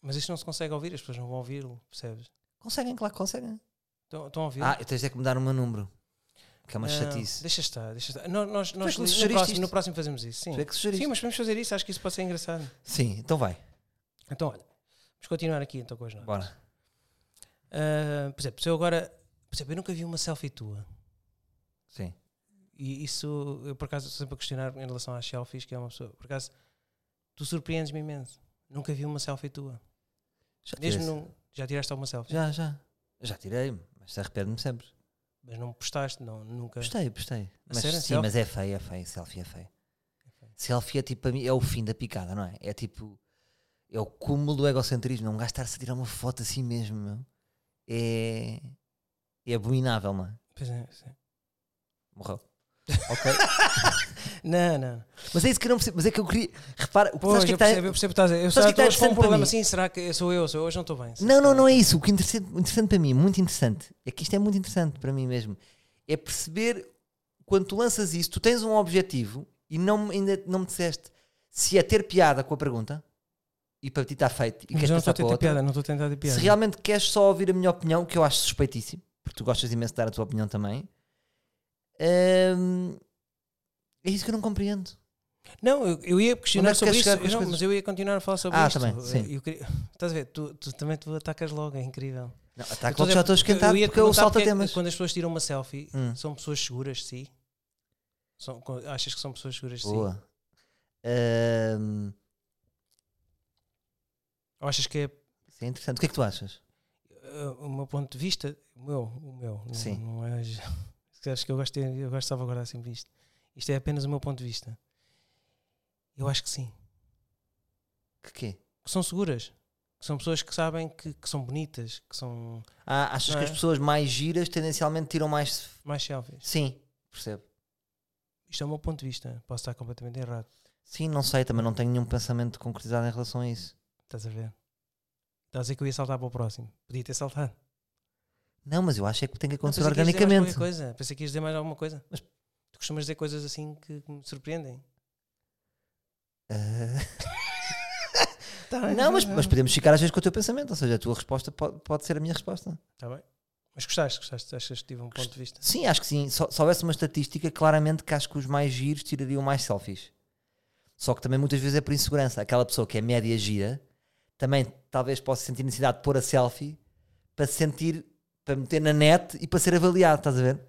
S2: Mas isto não se consegue ouvir, as pessoas não vão ouvi-lo, percebes?
S1: Conseguem, claro que conseguem.
S2: Estão estão a ouvir?
S1: Ah, eu tens é que me dar o meu número. Que é uma
S2: Ah,
S1: chatice. é
S2: Deixa estar, deixa estar. Nó- Nós, nós,
S1: que me
S2: no
S1: sugeriste
S2: próximo-
S1: isto.
S2: no próximo fazemos isso, sim.
S1: Tu é que sugeriste.
S2: Sim, mas vamos fazer isso, acho que isso pode ser engraçado.
S1: Sim, então vai.
S2: Então, olha, vamos continuar aqui então com as notas.
S1: Bora.
S2: Ah, por exemplo, se eu agora. Por exemplo, eu nunca vi uma selfie tua.
S1: Sim.
S2: E isso, eu por acaso, estou sempre a questionar em relação às selfies, que é uma pessoa. Por acaso, tu surpreendes-me imenso. Nunca vi uma selfie tua.
S1: Já tirei.
S2: Mesmo num- já tiraste alguma selfie,
S1: é. Já, já. Já tirei-me, mas arrependo-me sempre.
S2: mas não postaste, não, nunca.
S1: Postei, postei. Mas
S2: sério?
S1: sim,
S2: Selfie?
S1: mas é feio, é feio. Selfie é feio. Selfie é tipo, para mim, é o fim da picada, não é? É tipo, é o cúmulo do egocentrismo. Um gajo estar-se a tirar uma foto assim mesmo, meu. É. É abominável, não é?
S2: Pois é, sim.
S1: Morreu. Ok.
S2: Não, não.
S1: mas é isso que eu não percebo. Mas é que eu queria. Repara, o que
S2: Pois,
S1: sabes que
S2: eu
S1: é que está-
S2: percebo, eu percebo. Estás, eu
S1: Sabes o que é que está
S2: estava com
S1: interessante
S2: um
S1: para
S2: problema
S1: mim?
S2: assim, será que sou eu, sou eu, hoje não estou bem.
S1: Não, não, não é isso. O que é interessante, interessante para mim, muito interessante, é que isto é muito interessante para mim mesmo. É perceber quando tu lanças isso, tu tens um objetivo e não, me- ainda não me disseste se é ter piada com a pergunta e para ti está feito e
S2: Mas
S1: queres
S2: eu não
S1: passar
S2: estou
S1: para
S2: a tentar
S1: outra.
S2: piada, não estou a tentar ter piada.
S1: tá Se realmente queres só ouvir a minha opinião, que eu acho suspeitíssimo, porque tu gostas imenso de dar a tua opinião também, hum, é isso que eu não compreendo.
S2: Não, eu, eu ia
S1: Onde
S2: questionar
S1: é que
S2: sobre
S1: queres
S2: isso,
S1: chegar com
S2: eu
S1: as
S2: não,
S1: coisas?
S2: mas eu ia continuar a falar sobre
S1: Ah,
S2: isto.
S1: também, sim.
S2: Eu queria- estás a ver, tu, tu também tu atacas logo, é incrível.
S1: Não, tá está
S2: a
S1: claro
S2: dizer-
S1: que já estou esquentado
S2: ia
S1: porque eu
S2: perguntar
S1: salto a
S2: porque é que
S1: temas.
S2: Quando as pessoas tiram uma selfie,
S1: Hum.
S2: são pessoas seguras de si? São, co- achas que são pessoas seguras de si?
S1: Boa. Hum,
S2: Ou achas que é
S1: isso é interessante. O que é que tu achas?
S2: uh, o meu ponto de vista, o meu, o meu, não-
S1: Sim.
S2: não, é. se Acho que eu gosto, de- eu gosto de salvaguardar sempre isto. Isto é apenas o meu ponto de vista. Eu acho que sim.
S1: Que quê?
S2: Que são seguras. Que são pessoas que sabem que, que são bonitas, que são
S1: Ah, achas
S2: Não
S1: que
S2: é?
S1: as pessoas mais giras tendencialmente tiram mais.
S2: mais selfies.
S1: Sim, percebo.
S2: Isto é o meu ponto de vista. Posso estar completamente errado.
S1: Sim, não sei, também não tenho nenhum pensamento concretizado em relação a isso.
S2: Estás a ver? Estás a dizer que eu ia saltar para o próximo. Podia ter saltado.
S1: Não, mas eu acho é que tem que
S2: Não,
S1: acontecer
S2: pensei que ias dizer mais
S1: organicamente.
S2: qualquer Coisa. Pensei que ias dizer mais alguma coisa.
S1: Mas-
S2: tu costumas dizer coisas assim que que me surpreendem.
S1: Ah,
S2: Tá
S1: não, mas, mas podemos ficar às vezes com o teu pensamento, ou seja, a tua resposta pode, pode ser a minha resposta.
S2: Tá bem. Mas gostaste, gostaste, achas que tive um ponto de vista?
S1: Sim, acho que sim. Só, se houvesse uma estatística, claramente que acho que os mais giros tirariam mais selfies. Só que também muitas vezes é por insegurança. Aquela pessoa que é média gira também talvez possa sentir necessidade de pôr a selfie para se sentir, para meter na net e para ser avaliado, estás a ver?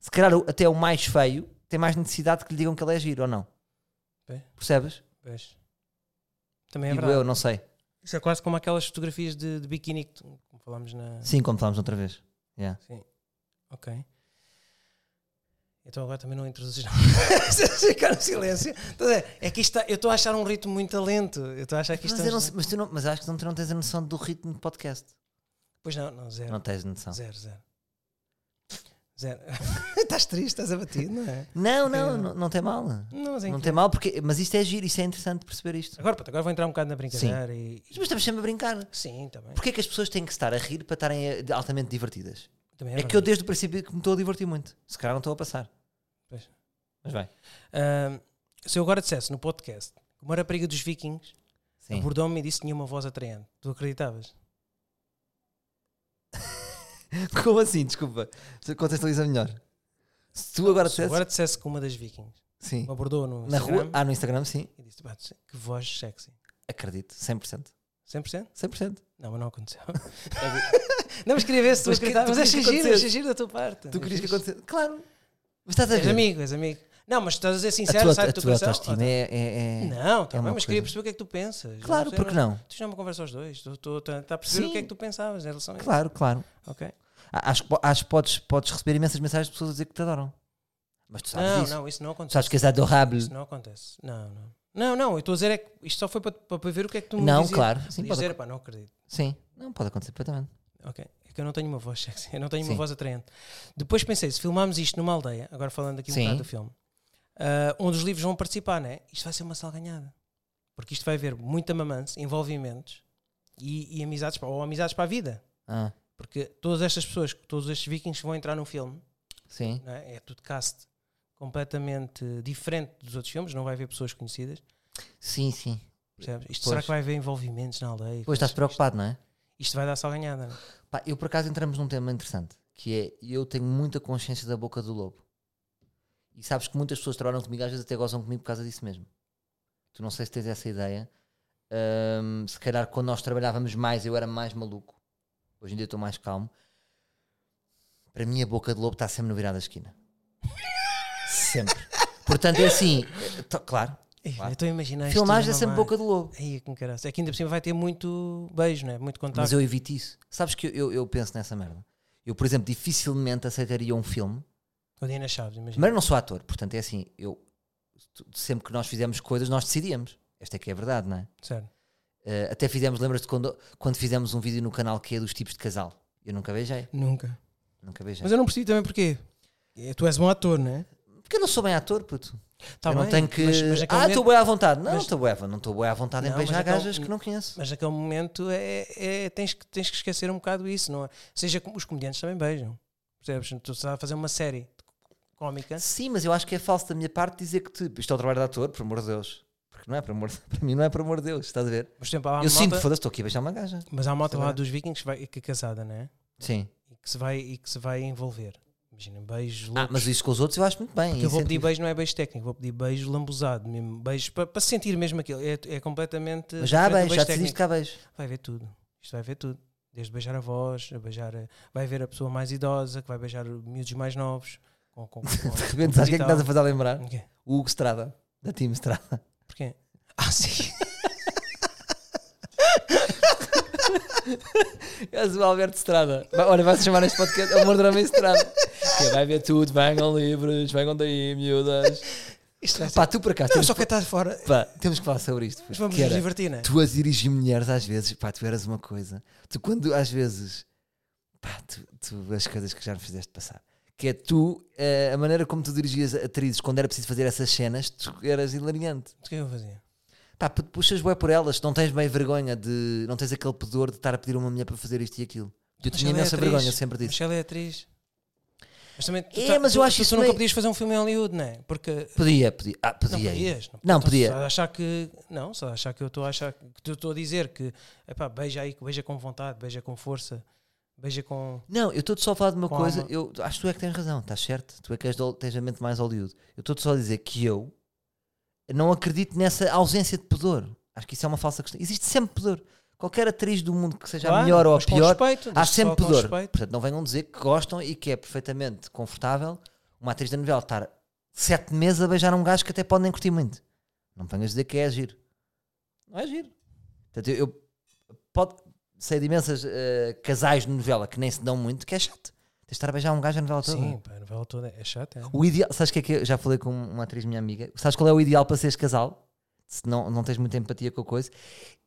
S1: Se calhar o- até o mais feio tem mais necessidade que lhe digam que ele é giro ou não.
S2: Bem.
S1: Percebes?
S2: Pois. Também é
S1: Digo
S2: verdade.
S1: eu, não sei.
S2: Isso é quase como aquelas fotografias de, de biquíni que tu- como falámos na.
S1: Sim, como falámos outra vez. Yeah.
S2: Ok. Então agora também não introduzes nada. Ficar no silêncio. Então, é, é que isto está- eu estou a achar um ritmo muito lento. Eu estou a achar que
S1: Mas,
S2: isto.
S1: eu não
S2: estamos-
S1: sei- mas tu não, mas acho que tu não tens a noção do ritmo de podcast.
S2: Pois não, não, zero.
S1: Não tens noção.
S2: Zero, zero. Zero. estás triste, estás abatido, não é?
S1: Não, não,
S2: Incrível.
S1: não, não tem mal.
S2: Não, mas é
S1: Não
S2: incrível.
S1: tem mal, porque, mas isto é giro, isto é interessante perceber isto.
S2: Agora, pronto, agora vou entrar um bocado na brincadeira e.
S1: Mas estamos sempre a brincar.
S2: Sim, também.
S1: Porquê é que as pessoas têm que estar a rir para estarem eh, de- altamente divertidas?
S2: também
S1: É,
S2: é
S1: que eu
S2: verdade.
S1: desde o princípio que me estou a divertir muito. Se calhar não estou a passar.
S2: Pois. É
S1: Mas vai.
S2: Ahm, se eu agora dissesse no podcast que uma rapariga dos vikings
S1: Sim.
S2: abordou-me e disse que tinha uma voz atraente, tu acreditavas?
S1: Como assim? Desculpa. Se- Contextualiza melhor. Se tu agora
S2: Se
S1: dissesses.
S2: eu agora dissesse que uma das vikings
S1: Sim.
S2: me abordou no
S1: Na
S2: Instagram
S1: rua. Ah, no Instagram, sim.
S2: e disse "Pá, tu- que voz sexy.
S1: Acredito. 100%.
S2: 100%?
S1: 100%.
S2: Não, mas não aconteceu. não, mas queria ver se tu
S1: Mas que-
S2: acreditavas.
S1: tu
S2: Mas é
S1: querias que
S2: giro,
S1: acontecesse.
S2: é giro da tua parte.
S1: Tu querias que
S2: acontecesse.
S1: acontecesse. Claro. Mas estás a
S2: És
S1: ver.
S2: amigo, és amigo. Não, mas estás a dizer
S1: a
S2: sincero,
S1: tua,
S2: sai
S1: a
S2: do teu
S1: tua
S2: coração.
S1: autoestima é, é- é-
S2: Não, tá
S1: é
S2: bem,
S1: uma
S2: mas queria
S1: coisa.
S2: perceber o que é que tu pensas.
S1: Claro,
S2: sei,
S1: porque não?
S2: Tu já me conversa aos dois. Estou- Estou estou a perceber
S1: Sim.
S2: o que é que tu pensavas em relação a isso.
S1: Claro, claro.
S2: Ok.
S1: Ah, Acho, que po- acho que podes, podes receber imensas mensagens de pessoas a dizer que te adoram. Mas tu sabes
S2: Não,
S1: isso.
S2: não, isso não
S1: Tu
S2: acontece.
S1: sabes que és adorável.
S2: Isso não acontece. Não, não. Não, não, eu estou a dizer é que isto só foi para, para ver o que é que tu me
S1: Não,
S2: dizias.
S1: claro, sim,
S2: Sim,
S1: pode
S2: dizer, pá, não acredito.
S1: Sim, não pode acontecer perfeitamente.
S2: Ok. É que eu não tenho uma voz sexy, eu não tenho
S1: Sim.
S2: uma voz atraente. Depois pensei, se filmarmos isto numa aldeia, agora falando aqui um
S1: Sim.
S2: bocado do filme, ah, onde os livros vão participar, né? Isto vai ser uma salganhada. Porque isto vai haver muita mamance, envolvimentos e, e amizades, para, ou amizades para a vida.
S1: Ah,
S2: Porque todas estas pessoas, todos estes vikings que vão entrar no filme,
S1: sim,
S2: não é? é tudo cast completamente diferente dos outros filmes, não vai haver pessoas conhecidas.
S1: sim, sim.
S2: Percebes? Isto
S1: Pois.
S2: será que vai haver envolvimentos na aldeia?
S1: Pois estás
S2: Isto-
S1: preocupado, não é?
S2: Isto vai dar salganhada. não é?
S1: Pá, eu por acaso entramos num tema interessante, que é eu tenho muita consciência da boca do lobo. E sabes que muitas pessoas trabalham comigo, às vezes até gozam comigo por causa disso mesmo. Tu não sei se tens essa ideia. Ahm, se calhar quando nós trabalhávamos mais eu era mais maluco. Hoje em dia estou mais calmo. Para mim a boca do lobo está sempre no virado da esquina. sempre. Portanto é assim, eh, to- claro.
S2: Ei,
S1: Claro.
S2: eu Estou a imaginar isto
S1: Filmagem é
S2: numa
S1: sempre
S2: mãe.
S1: boca do lobo.
S2: Aí, como caralho. É que ainda por cima vai ter muito beijo, não é? Muito contato.
S1: Mas eu evito isso. Sabes que eu, eu, eu penso nessa merda. Eu, por exemplo, dificilmente aceitaria um filme
S2: O Diana Chaves, imagina.
S1: Primeiro não sou ator, portanto é assim, eu tu- sempre que nós fizemos coisas, nós decidíamos. Esta é que é a verdade, não é?
S2: Sério.
S1: Eh, até fizemos, lembras-te quando, quando fizemos um vídeo no canal que é dos tipos de casal? Eu nunca beijei,
S2: Nunca.
S1: nunca beijei.
S2: Mas eu não percebi também porquê. É, Tu és bom ator, não é?
S1: Porque eu não sou bem ator, puto.
S2: Tá
S1: eu não
S2: bem,
S1: tenho que.
S2: Mas, mas naquele
S1: ah, estou bem
S2: momento,
S1: à vontade. Não,
S2: mas-
S1: estou bué- não estou bem à vontade em
S2: Não, mas
S1: beijar
S2: então-
S1: gajas que não conheço.
S2: mas naquele momento é, é- tens, que, tens que esquecer um bocado isso, não é? Seja como os comediantes também beijam. Percebes? Tu estás a fazer uma série cómica.
S1: Sim, mas eu acho que é falso da minha parte dizer que te... isto é o trabalho de ator, por amor de Deus. Porque não é por amor, para mim não é por amor de Deus, estás a ver?
S2: Mas, por exemplo, há uma
S1: eu sinto,
S2: malta,
S1: foda-se, estou aqui a beijar uma gaja.
S2: mas há uma malta lá
S1: Sabe?
S2: dos vikings que, vai, que é casada, não é?
S1: Sim.
S2: E que se vai, e que se vai envolver. Imagina, beijos
S1: Ah,
S2: loucos.
S1: mas isso com os outros eu acho muito bem.
S2: Porque eu vou pedir
S1: incentivo.
S2: beijo, não é beijo técnico, vou pedir beijo lambuzado mesmo. Beijo para, para sentir mesmo aquilo. É, é completamente.
S1: Mas já há
S2: diferente do
S1: beijo, já decidiste
S2: técnico.
S1: que há beijo.
S2: Vai ver tudo. Isto vai ver tudo. Desde beijar a voz, a beijar. A, vai ver a pessoa mais idosa, que vai beijar miúdos mais novos. Com, com, com,
S1: De repente, sabes o que é que estás a fazer a lembrar?
S2: fazer?
S1: O Hugo Estrada, da Team Estrada.
S2: Porquê? Ah, sim.
S1: És o Alberto Estrada. Vai- Olha, vai-se chamar este podcast Amor Drama e Estrada. Que é, vai ver tudo, venham livros, venham daí, miúdas.
S2: Isto vai ser.
S1: Pá, tu por acaso,
S2: não,
S1: temos,
S2: só que está fora.
S1: pá, temos que falar sobre isto. puto,
S2: Mas vamos
S1: que
S2: nos
S1: era,
S2: divertir, né?
S1: tu as dirigir mulheres às vezes, pá, tu eras uma coisa. Tu quando às vezes, pá, tu, tu- as coisas que já me fizeste passar. Que é tu, eh, a maneira como tu dirigias atrizes quando era preciso fazer essas cenas, tu eras hilariante.
S2: O que é que eu fazia?
S1: Pá, pu- puxas bué por elas, não tens bem vergonha de. não tens aquele pudor de estar a pedir a uma mulher para fazer isto e aquilo. Eu
S2: Mas
S1: tinha
S2: ela é
S1: imensa
S2: atriz.
S1: vergonha sempre disso.
S2: Mas ela é atriz. Mas também. tu
S1: É,
S2: tá-
S1: mas
S2: tu-
S1: eu acho
S2: tu,
S1: isso
S2: tu nunca
S1: meio-
S2: podias fazer um filme em Hollywood, não é? Porque
S1: Podia, podia. Ah, podia.
S2: Não podias. Não,
S1: Não,
S2: Então,
S1: podia.
S2: Só achar que. Não, só achar que eu estou a achar que tu estou a dizer que epá, beija aí, que beija com vontade, beija com força, beija com.
S1: Não, eu estou-te só a falar de uma
S2: Com
S1: coisa.
S2: alma.
S1: Eu, acho que tu é que tens razão, estás certo? Tu é que és de Hol- tens a mente mais Hollywood. Eu estou-te só a dizer que eu não acredito nessa ausência de pudor. Acho que isso é uma falsa questão. Existe sempre pudor. Qualquer atriz do mundo que seja a
S2: Claro,
S1: melhor ou a
S2: mas com
S1: pior,
S2: respeito,
S1: há
S2: desde
S1: sempre
S2: só com
S1: pudor.
S2: respeito.
S1: Portanto, não venham dizer que gostam e que é perfeitamente confortável uma atriz da novela estar sete meses a beijar um gajo que até pode nem curtir muito. Não venhas dizer que é giro. Não é giro. Portanto, eu, eu pode, sei de imensas eh, casais de novela que nem se dão muito, que é chato. Tens de estar a beijar um gajo a novela toda.
S2: Sim, pá, a novela toda é chata. é.
S1: O ideal, sabes o que é que eu já falei com uma atriz minha amiga? Sabes qual é o ideal para seres casal? Se não, não tens muita empatia com a coisa,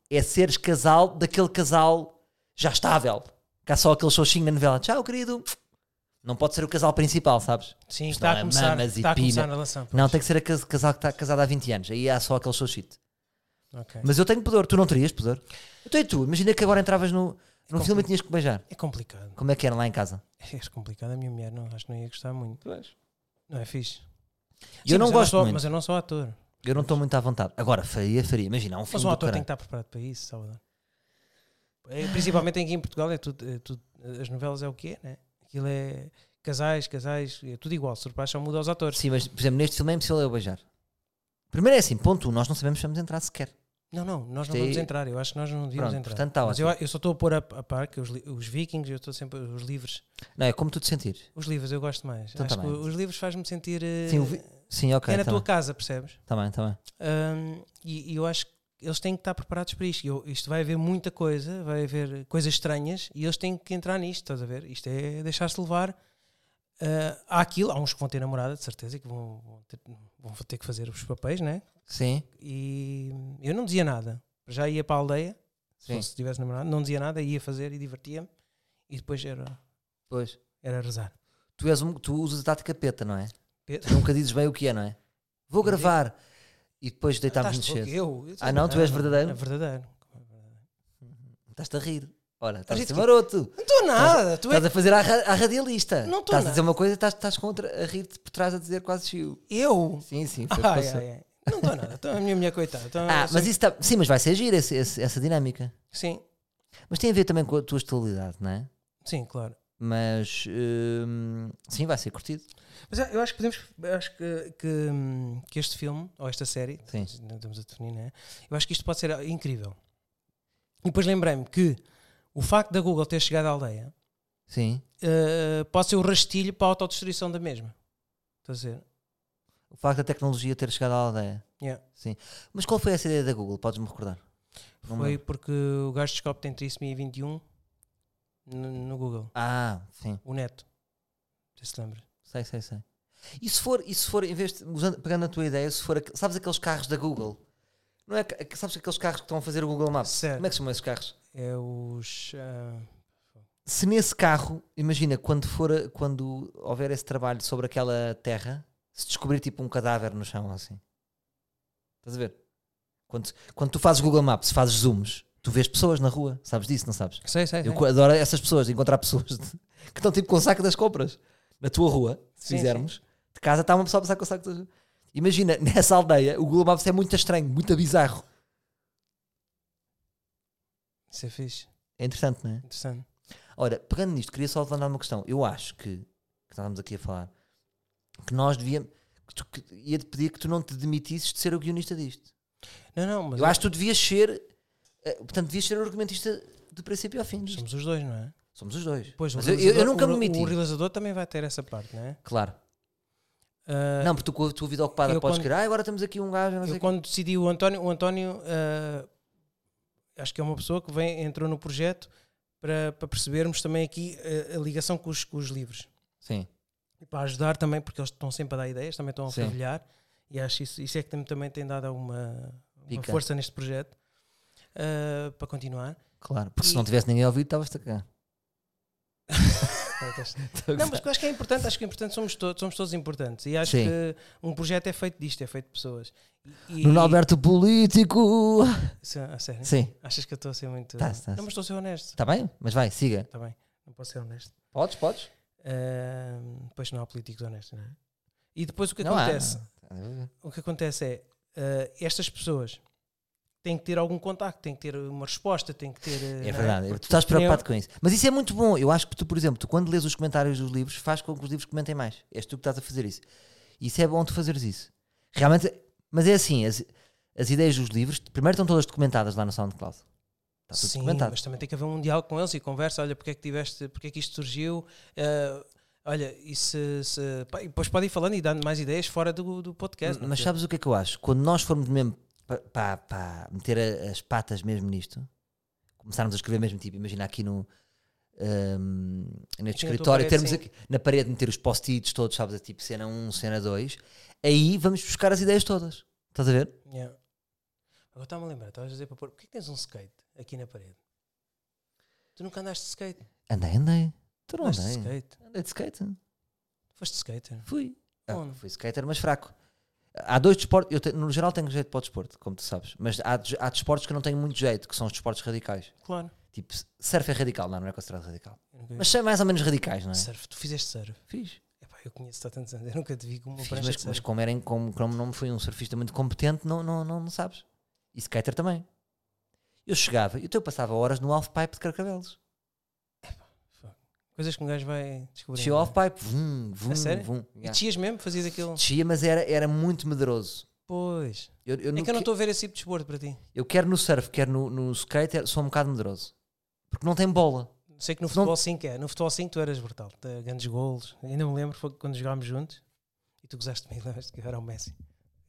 S1: é seres casal daquele casal já estável. Cá só aquele xoxinho na novela. Tchau, querido. Não pode ser o casal principal, sabes?
S2: Sim,
S1: Isto
S2: está
S1: não
S2: a
S1: é
S2: começar.
S1: mamas e
S2: Está a começar
S1: pina.
S2: na relação.
S1: Não, tem que ser aquele casal que está casado há 20 anos. Aí há só aquele xoxito.
S2: Ok.
S1: Mas eu tenho pudor. Tu não terias pudor? Eu tenho tu. Imagina que agora entravas no, no
S2: Como?
S1: filme e tinhas que beijar.
S2: É complicado.
S1: Como é que era lá em casa?
S2: É complicado. A minha mulher não, acho que não ia gostar muito. Não é fixe.
S1: E eu
S2: Sim,
S1: não
S2: mas
S1: gosto
S2: sou-
S1: muito.
S2: Mas eu não sou ator.
S1: Eu não estou muito à vontade. Agora, faria, faria. Imagina, há um
S2: Mas
S1: filme
S2: um
S1: do
S2: ator tem que
S1: caralho.
S2: estar preparado para isso, Salvador. É, Principalmente aqui em Portugal, é tudo, é tudo- as novelas é o que é, né? Aquilo é casais, casais, é tudo igual. Surpresa só muda aos atores.
S1: Sim, mas por exemplo, neste filme é impossível eu beijar. Primeiro é assim, ponto um, nós não sabemos se vamos entrar sequer.
S2: Não, não, nós não
S1: Isto
S2: vamos
S1: é-
S2: entrar. Eu acho que nós não devíamos
S1: Pronto,
S2: entrar.
S1: portanto, tá
S2: Mas eu, eu só estou a pôr a, a par que os, li- os vikings, eu estou sempre. Os livros.
S1: Não, é como tu te sentires.
S2: Os livros eu gosto mais.
S1: Então
S2: acho
S1: tá
S2: que
S1: bem.
S2: os livros faz-me sentir. eh,
S1: Sim, o vi- Sim, ok.
S2: é na
S1: tá
S2: tua
S1: bem.
S2: casa, percebes?
S1: Tá bem, tá bem.
S2: Hum, e, e eu acho que eles têm que estar preparados para isto. Eu- isto vai haver muita coisa, vai haver coisas estranhas e eles têm que entrar nisto, estás a ver? Isto é deixar-se levar. Uh, Ah, há aquilo, há uns que vão ter namorada, de certeza, e que vão, vão ter, vão ter que fazer os papéis, né?
S1: Sim.
S2: E eu não dizia nada. Já ia para a aldeia, se
S1: Sim.
S2: fosse- se tivesse namorado, não dizia nada, ia fazer e divertia-me. E depois era,
S1: Pois.
S2: era rezar.
S1: Tu, és um, tu usas a tática peta, não é?
S2: Pe-
S1: Nunca dizes bem o que é, não é? Vou gravar. E depois deitámos-nos
S2: Estás louco?
S1: cedo.
S2: Eu, eu-
S1: Ah, não? Tu és verdadeiro?
S2: É verdadeiro.
S1: Estás-te a rir. Ora, estás a
S2: Riste
S1: ser
S2: é? que-
S1: maroto.
S2: Não estou nada. Tu é...
S1: Estás a fazer à, ra- à radialista.
S2: Não tô
S1: Estás a
S2: nada.
S1: dizer uma coisa e estás, estás contra a rir-te por trás a dizer quase chiu.
S2: Eu?
S1: Sim, sim. Foi o que
S2: Ai,
S1: passou.
S2: ai, ai. Não estou nada. Estou a minha mulher coitada. Então,
S1: Ah,
S2: assim,
S1: mas isso tá, sim, mas vai ser giro esse- esse- essa dinâmica.
S2: Sim,
S1: Mas tem a ver também com a tua atualidade, não é?
S2: sim, claro.
S1: Mas hum, sim, vai ser curtido.
S2: Mas eu acho que podemos. eu acho que, que, hum, que este filme, ou esta série,
S1: Sim.
S2: não estamos a definir, né? Eu acho que isto pode ser incrível. E depois lembrei-me que o facto da Google ter chegado à aldeia
S1: Sim.
S2: eh, pode ser o rastilho para a autodestruição da mesma. Estou a dizer.
S1: O facto da tecnologia ter chegado à aldeia.
S2: Yeah.
S1: Sim. Mas qual foi essa ideia da Google? Podes-me recordar? Não me
S2: Foi
S1: lembro.
S2: porque o gajo descobre que tem trissomia 21 no, um no Google.
S1: Ah, sim.
S2: O neto. Não sei se lembra.
S1: Sei, sei, sei. E se for, e se for em vez de, usando- pegando a tua ideia, se for, aqu- sabes aqueles carros da Google? Não é, que- sabes aqueles carros que estão a fazer o Google Maps?
S2: Certo.
S1: Como é que se chamam esses carros?
S2: É os. ah,
S1: Se nesse carro, imagina, quando for, a- quando houver esse trabalho sobre aquela terra, se descobrir tipo um cadáver no chão, assim. Estás a ver? Quando, quando tu fazes Google Maps, fazes zooms, tu vês pessoas na rua, sabes disso, não sabes?
S2: sei, sei.
S1: Eu
S2: sei.
S1: co- adoro essas pessoas, encontrar pessoas de- que estão tipo com o saco das compras na tua rua, se
S2: Sim,
S1: fizermos. De casa está uma pessoa a passar com o saco das Imagina, nessa aldeia, o Google Maps é muito estranho, muito bizarro.
S2: Isso é fixe.
S1: É interessante, não é?
S2: Interessante.
S1: Ora, pegando nisto, queria só levantar uma questão. Eu acho que, que estávamos aqui a falar, que nós devíamos. Que tu, que, ia te pedir que tu não te demitisses de ser o guionista disto.
S2: Não, não, mas
S1: Eu acho que tu devias ser. eh, Portanto, devias ser o argumentista do princípio ao fim. disto.
S2: somos os dois, não é?
S1: Somos os dois.
S2: Pois, o
S1: Mas eu, eu- eu
S2: realizador-
S1: nunca
S2: o,
S1: me
S2: re-
S1: demiti.
S2: O realizador também vai ter essa parte, não é?
S1: Claro.
S2: Ah,
S1: Não, porque tu com a tua vida ocupada
S2: eu
S1: podes
S2: quando-
S1: querer. Ah, agora temos aqui um gajo, não sei
S2: eu
S1: o quê."
S2: quando decidi o António, o António ah, acho que é uma pessoa que vem, entrou no projeto para, para percebermos também aqui ah, a ligação com os, com os livros.
S1: Sim.
S2: E para ajudar também, porque eles estão sempre a dar ideias, também estão a
S1: Sim.
S2: fervilhar. E acho isso, isso é que tam- também tem dado uma, uma
S1: Pica.
S2: força neste projeto ah, para continuar.
S1: Claro, porque se
S2: E-
S1: não tivesse ninguém ouvido, estavas-te cá.
S2: Não, mas eu acho que é importante, acho que é importante, somos todos, somos todos importantes. E acho
S1: Sim.
S2: que um projeto é feito disto, é feito de pessoas. E, É.
S1: Nuno Alberto Político!
S2: Se- a sério?
S1: Sim,
S2: Achas que eu estou a ser muito.
S1: Tá, tá.
S2: Não, mas estou a ser honesto.
S1: está bem? Mas vai, siga.
S2: Está bem, não posso ser honesto.
S1: Podes, podes.
S2: Ahm, pois não há políticos honestos, não é? E depois o que
S1: Não há. Tá,
S2: acontece? O que acontece é ah, estas pessoas têm que ter algum contacto, têm que ter uma resposta, têm que ter. ah, não
S1: É verdade,
S2: Porque
S1: tu estás
S2: opinião-
S1: preocupado com isso. Mas isso é muito bom. Eu acho que tu, por exemplo, tu quando lês os comentários dos livros, faz com que os livros comentem mais. És tu que estás a fazer isso. Isso é bom tu fazeres isso. Realmente, mas é assim: as, as ideias dos livros, primeiro estão todas documentadas lá no SoundCloud. Está tudo
S2: Sim,
S1: documentado.
S2: mas também tem que haver um diálogo com eles e conversa. Olha, porque é que tiveste, porque é que isto surgiu? Ah, olha, e se, se- pá, e depois podem ir falando e dando mais ideias fora do, do podcast. não
S1: Mas
S2: sei.
S1: sabes o que é que eu acho? Quando nós formos mesmo pa- pa- pa- meter a- as patas mesmo nisto, começarmos a escrever mesmo, tipo, imagina aqui no. ahm, neste
S2: Aqui na tua
S1: escritório,
S2: parede,
S1: termos
S2: sim.
S1: aqui na parede meter os post-its todos, sabes? a Tipo cena 1, cena 2, aí vamos buscar as ideias todas. Estás a ver?
S2: Yeah. Agora estava a lembrar, estavas a dizer para pôr, porquê que tens um skate aqui na parede? Tu nunca andaste de skate?
S1: Andei, andei. Tu não
S2: Andaste de
S1: andei.
S2: skate?
S1: Andei de skate.
S2: Foste é? skater?
S1: Fui. Ah,
S2: Onde?
S1: fui skater, mas fraco. Há dois desportos, eu te- no geral tenho jeito para o desporto, como tu sabes, mas há, des- há desportos que eu não tenho muito jeito, que são os desportos radicais.
S2: Claro.
S1: Tipo, surf é radical, não, não é considerado radical.
S2: Eu nunca vi.
S1: Mas são mais ou menos radicais, não é?
S2: surf, tu fizeste surf.
S1: Fiz.
S2: Epá, eu conheço-te há tantos anos, eu nunca te vi como uma
S1: Fiz,
S2: prancha de
S1: mas, mas
S2: surf.
S1: como, era, em- como, como não fui um surfista muito competente, não, não, não, não sabes. E skater também. Eu chegava, então eu passava horas no half-pipe de carcavelos.
S2: Coisas que um gajo vai descobrir.
S1: Descia o half-pipe, vum, vum,
S2: A sério?
S1: vum.
S2: E
S1: Yeah.
S2: descias mesmo? Fazias aquilo?
S1: Descia, mas era, era muito medroso.
S2: Pois.
S1: Eu, eu,
S2: É
S1: não
S2: que eu não
S1: que-
S2: estou a ver esse tipo de desporto para ti.
S1: eu quero no surf, quero no, no skater, sou um bocado medroso. Porque não tem bola.
S2: Sei que no
S1: Não-
S2: futebol 5 é. No futebol 5 tu eras brutal. Te- Grandes golos. Ainda me lembro foi quando jogámos juntos e tu gozaste comigo, lembras-te que eu era o Messi.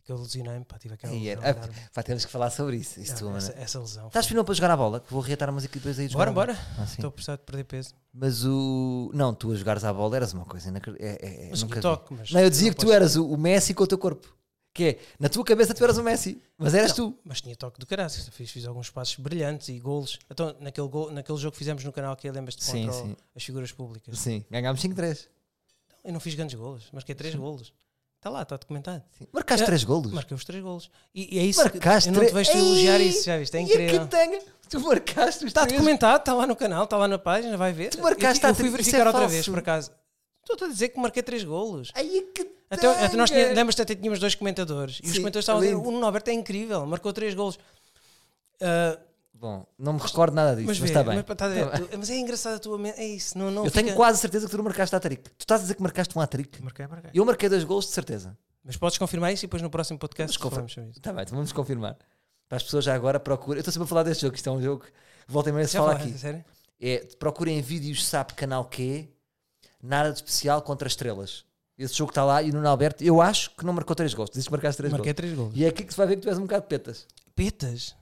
S2: que eu lesionei-me, pá, tive aquela é
S1: Sim,
S2: lesão
S1: era- ah,
S2: enorme.
S1: pá, temos que falar sobre isso. isso tu,
S2: Não, essa,
S1: mano.
S2: essa lesão.
S1: Estás final para jogar a bola? Que vou reatar umas equipas aí de jogar.
S2: Bora,
S1: a bola.
S2: bora.
S1: Ah, sim.
S2: Estou a precisar de perder peso.
S1: Mas o. Não, tu a jogares à bola eras uma coisa inacreditável. É, é,
S2: Mas
S1: nunca
S2: que
S1: vi.
S2: toque, mas
S1: Não, eu dizia
S2: não
S1: que tu
S2: posso-
S1: eras o o Messi com o teu corpo. Que é, na tua cabeça tu eras o Messi, mas eras tu.
S2: Mas tinha toque do caralho. Fiz, fiz alguns passos brilhantes e golos. Então, naquele, gol, naquele jogo que fizemos no canal aqui, lembras-te
S1: Sim,
S2: contra o-
S1: sim.
S2: as figuras públicas.
S1: Sim, ganhámos 5-3.
S2: Eu não fiz grandes golos, marquei três golos. Está lá, está documentado.
S1: Sim. Marcaste
S2: É,
S1: 3 golos.
S2: Marquei os três golos. E, e é isso
S1: Marcaste
S2: que eu não te
S1: três-
S2: vejo te elogiar
S1: Ei,
S2: isso, já viste? É
S1: e
S2: incrível. Tá
S1: que tenha, tu marcaste os
S2: Está
S1: 3
S2: documentado, está lá no canal, está lá na página, vai ver.
S1: Tu marcaste
S2: eu,
S1: há
S2: eu fui
S1: três- isso
S2: verificar
S1: é
S2: outra
S1: falso.
S2: vez, por acaso. Estou a dizer que marquei três golos.
S1: Ai, Então, é que
S2: Até, até
S1: tanga!
S2: nós tínhamos, lembras-te, até tínhamos dois comentadores. E os
S1: Sim,
S2: comentadores estavam a dizer:
S1: lindo.
S2: o Nuno Alberto é incrível, marcou três golos. Ah,
S1: Bom, não me recordo nada disso,
S2: mas
S1: mas
S2: vê,
S1: está bem.
S2: mas, estás a ver,
S1: Tá bem.
S2: tu- mas é engraçado a tua mente. É isso, não, não
S1: Eu tenho
S2: fica-
S1: quase certeza que tu não marcaste a trick. Tu estás a dizer que marcaste um a trick?
S2: Marquei, marquei.
S1: Eu marquei dois golos de certeza.
S2: Mas podes confirmar isso e depois no próximo podcast
S1: Mas confirma.
S2: falamos sobre isso.
S1: Está bem, então vamos confirmar. Para as pessoas já agora procurem. Eu estou sempre a falar deste jogo, que isto é um jogo que volta e meia se
S2: Já
S1: fala
S2: falaste,
S1: aqui.
S2: sério?
S1: É, procurem vídeos SAP Canal Q, nada de especial contra estrelas. Esse jogo está lá e o Nuno Alberto, eu acho que não marcou três gols. Dizes que marcaste três
S2: Marquei
S1: gols.
S2: três golos.
S1: E é aqui que se vai ver que tu és um bocado petas.
S2: Petas?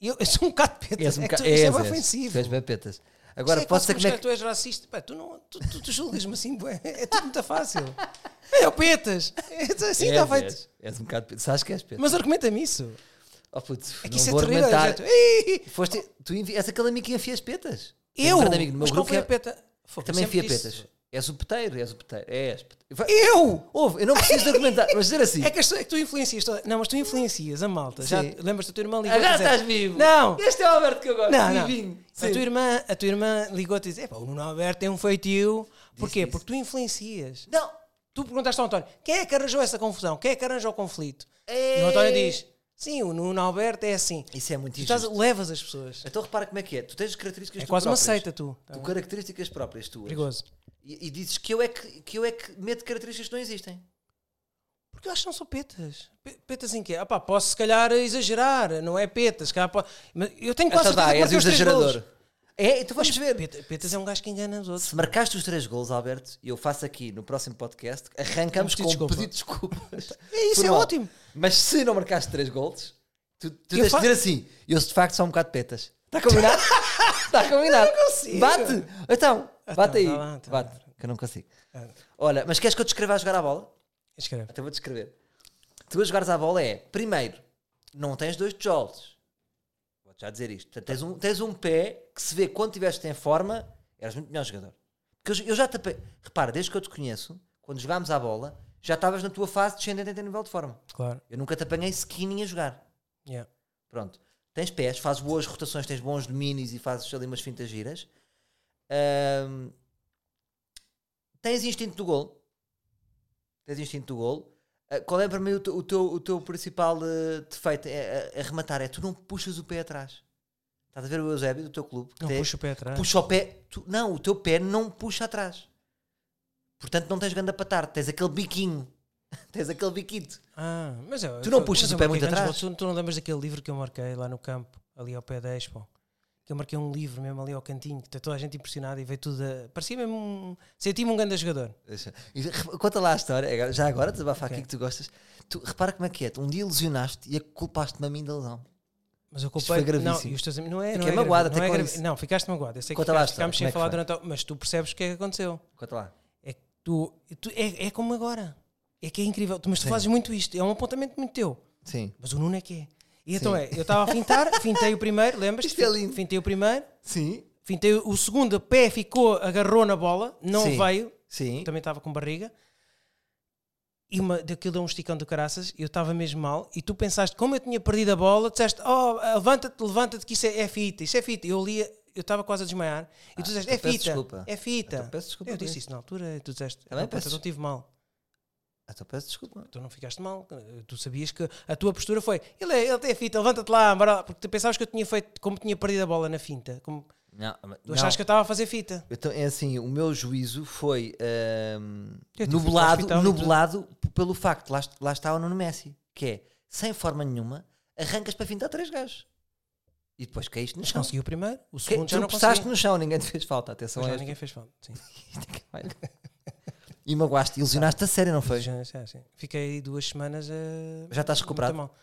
S2: Eu, eu sou um bocado de petas.
S1: És um
S2: é que tu,
S1: bocado-
S2: isso é
S1: és,
S2: bem
S1: és.
S2: ofensivo.
S1: Tu és bem petas. Agora,
S2: Isso é
S1: pode ser
S2: quase
S1: como é
S2: mostrar
S1: que.
S2: tu és racista. Pá, tu, não, tu, tu, tu julgas-me assim, bué. é tudo muito fácil. É o petas. É assim está
S1: és,
S2: feito.
S1: és, és um bocado petas. Sabes que és petas.
S2: Mas argumenta-me isso.
S1: Oh, putz,
S2: É que
S1: não
S2: isso é
S1: vou
S2: terrível. é
S1: argumentar.
S2: do jeito, "Ih,
S1: Foste, tu envi... És aquele amigo que enfia as petas. Tenho
S2: Eu?
S1: um grande amigo no meu
S2: mas qual
S1: grupo
S2: foi a
S1: que é-
S2: peta? Fogo,
S1: também
S2: sempre
S1: enfia
S2: disse.
S1: petas. És o peteiro, és o peteiro. És peteiro. Vai-
S2: Eu?
S1: Ouve, eu não preciso de argumentar, mas dizer assim.
S2: É que, as tu- é que tu influencias. toda- Não, mas tu influencias a malta. Já
S1: Sim.
S2: lembras-te da tua irmã ligou
S1: Agora
S2: a dizer,
S1: estás vivo.
S2: Não.
S1: Este é o Alberto que eu gosto.
S2: Não, não.
S1: vivinho.
S2: A tua irmã, a tua irmã ligou-te e disse: "Epá, o Nuno Alberto tem um feitio. Porquê?
S1: disse.
S2: Porque tu influencias.
S1: Não.
S2: Tu perguntaste ao António: quem é que arranjou essa confusão? Quem é que arranjou o conflito? E
S1: Ei.
S2: o António diz: sim, o Nuno Alberto é assim.
S1: Isso é muito
S2: Tu
S1: injusto.
S2: estás, levas as pessoas.
S1: Então repara como é que é. Tu tens características
S2: É
S1: tu
S2: quase uma
S1: próprias.
S2: seita, tu. Tá
S1: Tu características próprias tuas.
S2: Perigoso.
S1: E, e dizes que eu, é que, que eu é que meto características que não existem.
S2: Porque eu acho que não são petas. Pe- Petas em quê? Ah, pá, posso se calhar exagerar, não é petas. se calhar po- Mas eu tenho quase
S1: Então
S2: certeza
S1: dá,
S2: que
S1: és um
S2: marquei os três
S1: exagerador.
S2: golos.
S1: É, então vamos ver.
S2: Peta- Petas é um gajo que engana os outros.
S1: Se marcaste os três golos, Alberto, e eu faço aqui no próximo podcast, arrancamos
S2: Um
S1: com
S2: pedido
S1: um
S2: de
S1: pedido de desculpas.
S2: É isso,
S1: Por
S2: é
S1: um lado.
S2: ótimo.
S1: Mas se não marcaste três golos, tu, tu
S2: Eu
S1: tens de
S2: fa-
S1: dizer assim: eu de facto sou um bocado petas. Está combinado? Está combinado.
S2: consigo.
S1: Bate! Então, bate aí.
S2: vá lá, então.
S1: bate, que eu não consigo.
S2: Ah.
S1: Olha, mas queres que eu te escreva a jogar à bola?
S2: Escreve.
S1: Até vou descrever. Tu a jogares à bola é, primeiro, não tens dois tijolos. Vou já dizer isto. Portanto, tens, um, tens um pé que se vê quando estiveste em forma, eras muito melhor jogador. Porque eu, eu já te. ape- Repara, desde que eu te conheço, quando jogámos à bola, já estavas na tua fase descendente em nível de forma.
S2: Claro.
S1: Eu nunca te apanhei skinny a jogar.
S2: Yeah.
S1: Pronto. Tens pés, fazes boas rotações, tens bons domínios e fazes ali umas fintas giras. Ahm, tens instinto do gol. Tens instinto do gol. Ah, qual é para mim o, teu- o teu, o teu principal eh, defeito é, a, a rematar? É tu não puxas o pé atrás. Estás a ver o Eusébio do teu clube? que
S2: Não
S1: tem-
S2: puxa o pé atrás.
S1: puxa o pé. tu- não, o teu pé não puxa atrás. Portanto, não tens grande patar. Tens aquele biquinho. tens aquele biquito.
S2: Ah, mas eu-
S1: Tu não
S2: eu-
S1: puxas
S2: mas
S1: o
S2: eu
S1: pé
S2: marquei
S1: muito
S2: grandes
S1: atrás?
S2: golos. Tu, tu não lembras daquele livro que eu marquei lá no campo, ali ao pé da Expo? Que eu marquei um livro mesmo ali ao cantinho, que está toda a gente impressionada e veio tudo. A... Parecia mesmo um. Senti-me um grande jogador.
S1: Deixa- e re- Conta lá a história, agora- já agora, desabafa
S2: Hum, Ok.
S1: aqui que tu gostas. Tu, repara como é que é, tu um dia ilusionaste e culpaste-me a mim da lesão.
S2: Mas eu
S1: Isto
S2: culpei.
S1: foi gravíssimo.
S2: Não, e os teus amigos- não é, não
S1: Fiquei
S2: é
S1: magoado
S2: grave,
S1: até
S2: não
S1: com
S2: é grave.
S1: isso.
S2: Não, ficaste magoado. Eu sei
S1: Conta
S2: que
S1: lá a
S2: ficaste- ficámos sem
S1: história, como
S2: falar
S1: é que
S2: durante. a- Mas tu percebes o que é que aconteceu.
S1: Conta lá.
S2: É que tu. tu- é, é como agora. É que é incrível. Tu- Mas tu fazes muito isto. É um apontamento muito teu.
S1: Sim,
S2: Mas o Nuno é que é. E então é, eu estava a fintar, fintei o primeiro, lembras-te?
S1: Isto é lindo.
S2: Fintei o primeiro,
S1: sim,
S2: fintei o segundo, a pé ficou, agarrou na bola, não
S1: Sim.
S2: veio,
S1: sim.
S2: eu também estava com barriga e uma, daquilo deu um esticão de caraças e eu estava mesmo mal e tu pensaste como eu tinha perdido a bola disseste oh levanta-te levanta-te que isso é, é fita isso é fita eu li eu estava quase a desmaiar e tu disseste
S1: então
S2: é
S1: peço
S2: fita
S1: desculpa.
S2: é fita
S1: Então peço desculpa
S2: eu
S1: por
S2: disse
S1: isso.
S2: isso na altura e tu disseste
S1: Também
S2: "Não, pá,
S1: peço
S2: eu não tive mal
S1: Então peço desculpa.
S2: tu não ficaste mal eh, tu sabias que a tua postura foi ele é, ele tem a fita levanta-te lá bora lá", porque tu pensavas que eu tinha feito como tinha perdido a bola na finta como
S1: Não, mas-
S2: tu achaste
S1: não.
S2: que eu estava a fazer fita
S1: Então, é assim, o meu juízo foi ahm,
S2: Eu tive que ir para o
S1: nublado,
S2: hospital, não-
S1: nublado p- pelo facto, lá, est- lá está o Nuno Messi, que é, sem forma nenhuma, arrancas para fintar três gajos. E depois caíste no
S2: mas
S1: chão.
S2: consegui o primeiro o
S1: Que,
S2: segundo já
S1: tu precisaste
S2: não
S1: Então é
S2: consegui
S1: no chão, ninguém te fez falta, atenção a
S2: Mas já
S1: esta.
S2: ninguém fez falta sim
S1: Isto é que vai. E magoaste, ilusionaste a sério, não foi?
S2: Já- já, sim. Fiquei aí duas semanas a.
S1: Já estás
S2: Muito
S1: recuperado.
S2: mal.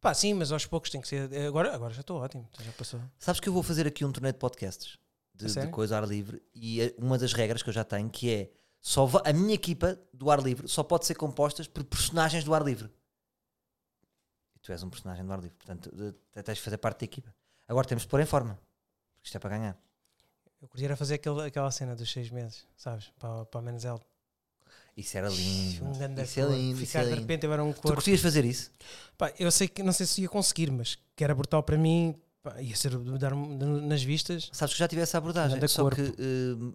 S2: Pá, sim, mas aos poucos tem que ser. eh, Agora, agora já estou ótimo, já passou.
S1: Sabes que eu vou fazer aqui um torneio de podcasts
S2: A
S1: de, de
S2: sério?
S1: coisa ao ar livre e eh, uma das regras que eu já tenho que é só va- a minha equipa do ar livre só pode ser compostas por personagens do ar livre. E tu és um personagem do ar livre, portanto de- te- tens de fazer parte da equipa. Agora temos de pôr em forma, porque isto é para ganhar.
S2: Eu queria era fazer aquele, aquela cena dos seis meses, sabes? Para, para a Menzel.
S1: Isso era
S2: Um
S1: É lindo.
S2: grande
S1: Isso é
S2: corpo.
S1: lindo, isso
S2: Ficar
S1: é
S2: de
S1: lindo.
S2: repente eu era um
S1: Tu
S2: corpo.
S1: curtias fazer isso?
S2: Pá, eu sei que não sei se ia conseguir, mas que era brutal para mim. Pá, ia ser dar nas vistas.
S1: Sabes que eu já tive essa abordagem,
S2: Grande
S1: só
S2: corpo.
S1: que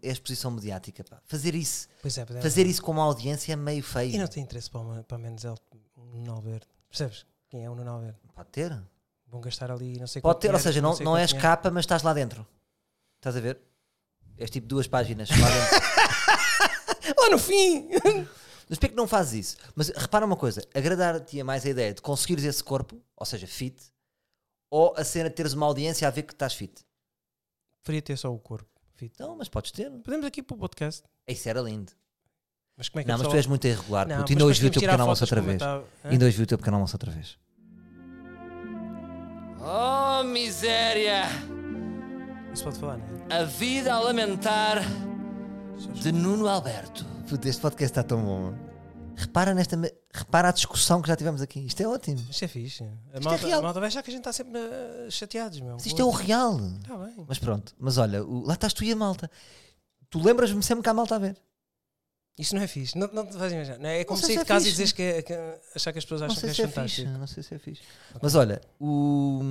S1: eh, é exposição mediática. pá. Fazer isso,
S2: Pois é, pois é.
S1: fazer isso com uma audiência é meio
S2: E não
S1: feio.
S2: tem interesse para, uma, para a Menzel, um Nuno Alberto. Percebes? Quem é o Nuno Alberto?
S1: Pode ter.
S2: Vão gastar ali não sei
S1: Pode
S2: quanto
S1: ter, ou
S2: dinheiro,
S1: seja, não,
S2: sei é.
S1: não
S2: quanto
S1: és
S2: dinheiro.
S1: capa, mas estás lá dentro. Estás a ver? És tipo duas páginas. Lá dentro.
S2: Lá Ah, no fim!
S1: Mas porquê que não fazes isso? Mas repara uma coisa: agradar-te mais a ideia de conseguires esse corpo, ou seja, fit, ou a cena de teres uma audiência a ver que estás fit.
S2: Preferia ter só o corpo. fit.
S1: Então, mas podes ter.
S2: Podemos aqui para o podcast.
S1: Isso era lindo.
S2: Mas como é que
S1: Não,
S2: a
S1: mas tu
S2: pessoa-
S1: és muito irregular.
S2: Não,
S1: puto. Ainda
S2: mas
S1: hoje vi o teu
S2: depois temos
S1: pequeno almoço
S2: que tirar
S1: outra vez.
S2: fotos como tá, eu tava-
S1: Ainda hoje vi o teu pequeno almoço outra vez.
S3: Oh, miséria!
S2: Hã? Não se pode falar, não é?
S3: A vida a lamentar de Nuno Alberto.
S1: Puto, este podcast está tão bom. mano. Repara, nesta, me- repara a discussão que já tivemos aqui. Isto é ótimo.
S2: Isto é fixe. A
S1: é
S2: malta,
S1: real.
S2: a malta vai achar que a gente está sempre eh, chateados, meu.
S1: Mas Isto é o real.
S2: Está bem.
S1: Mas pronto, mas olha, o- lá estás tu e a malta. Tu lembras-me sempre que há malta a ver.
S2: Isso não é fixe. Não, não te vais imaginar. Não é? é como
S1: sei
S2: sair
S1: se
S2: de
S1: é
S2: casa
S1: fixe.
S2: e dizeres que, que- achar que as pessoas
S1: Não
S2: acham que
S1: sei
S2: és
S1: se é fixe.
S2: fantástico.
S1: Não sei se é fixe. Mas olha, o.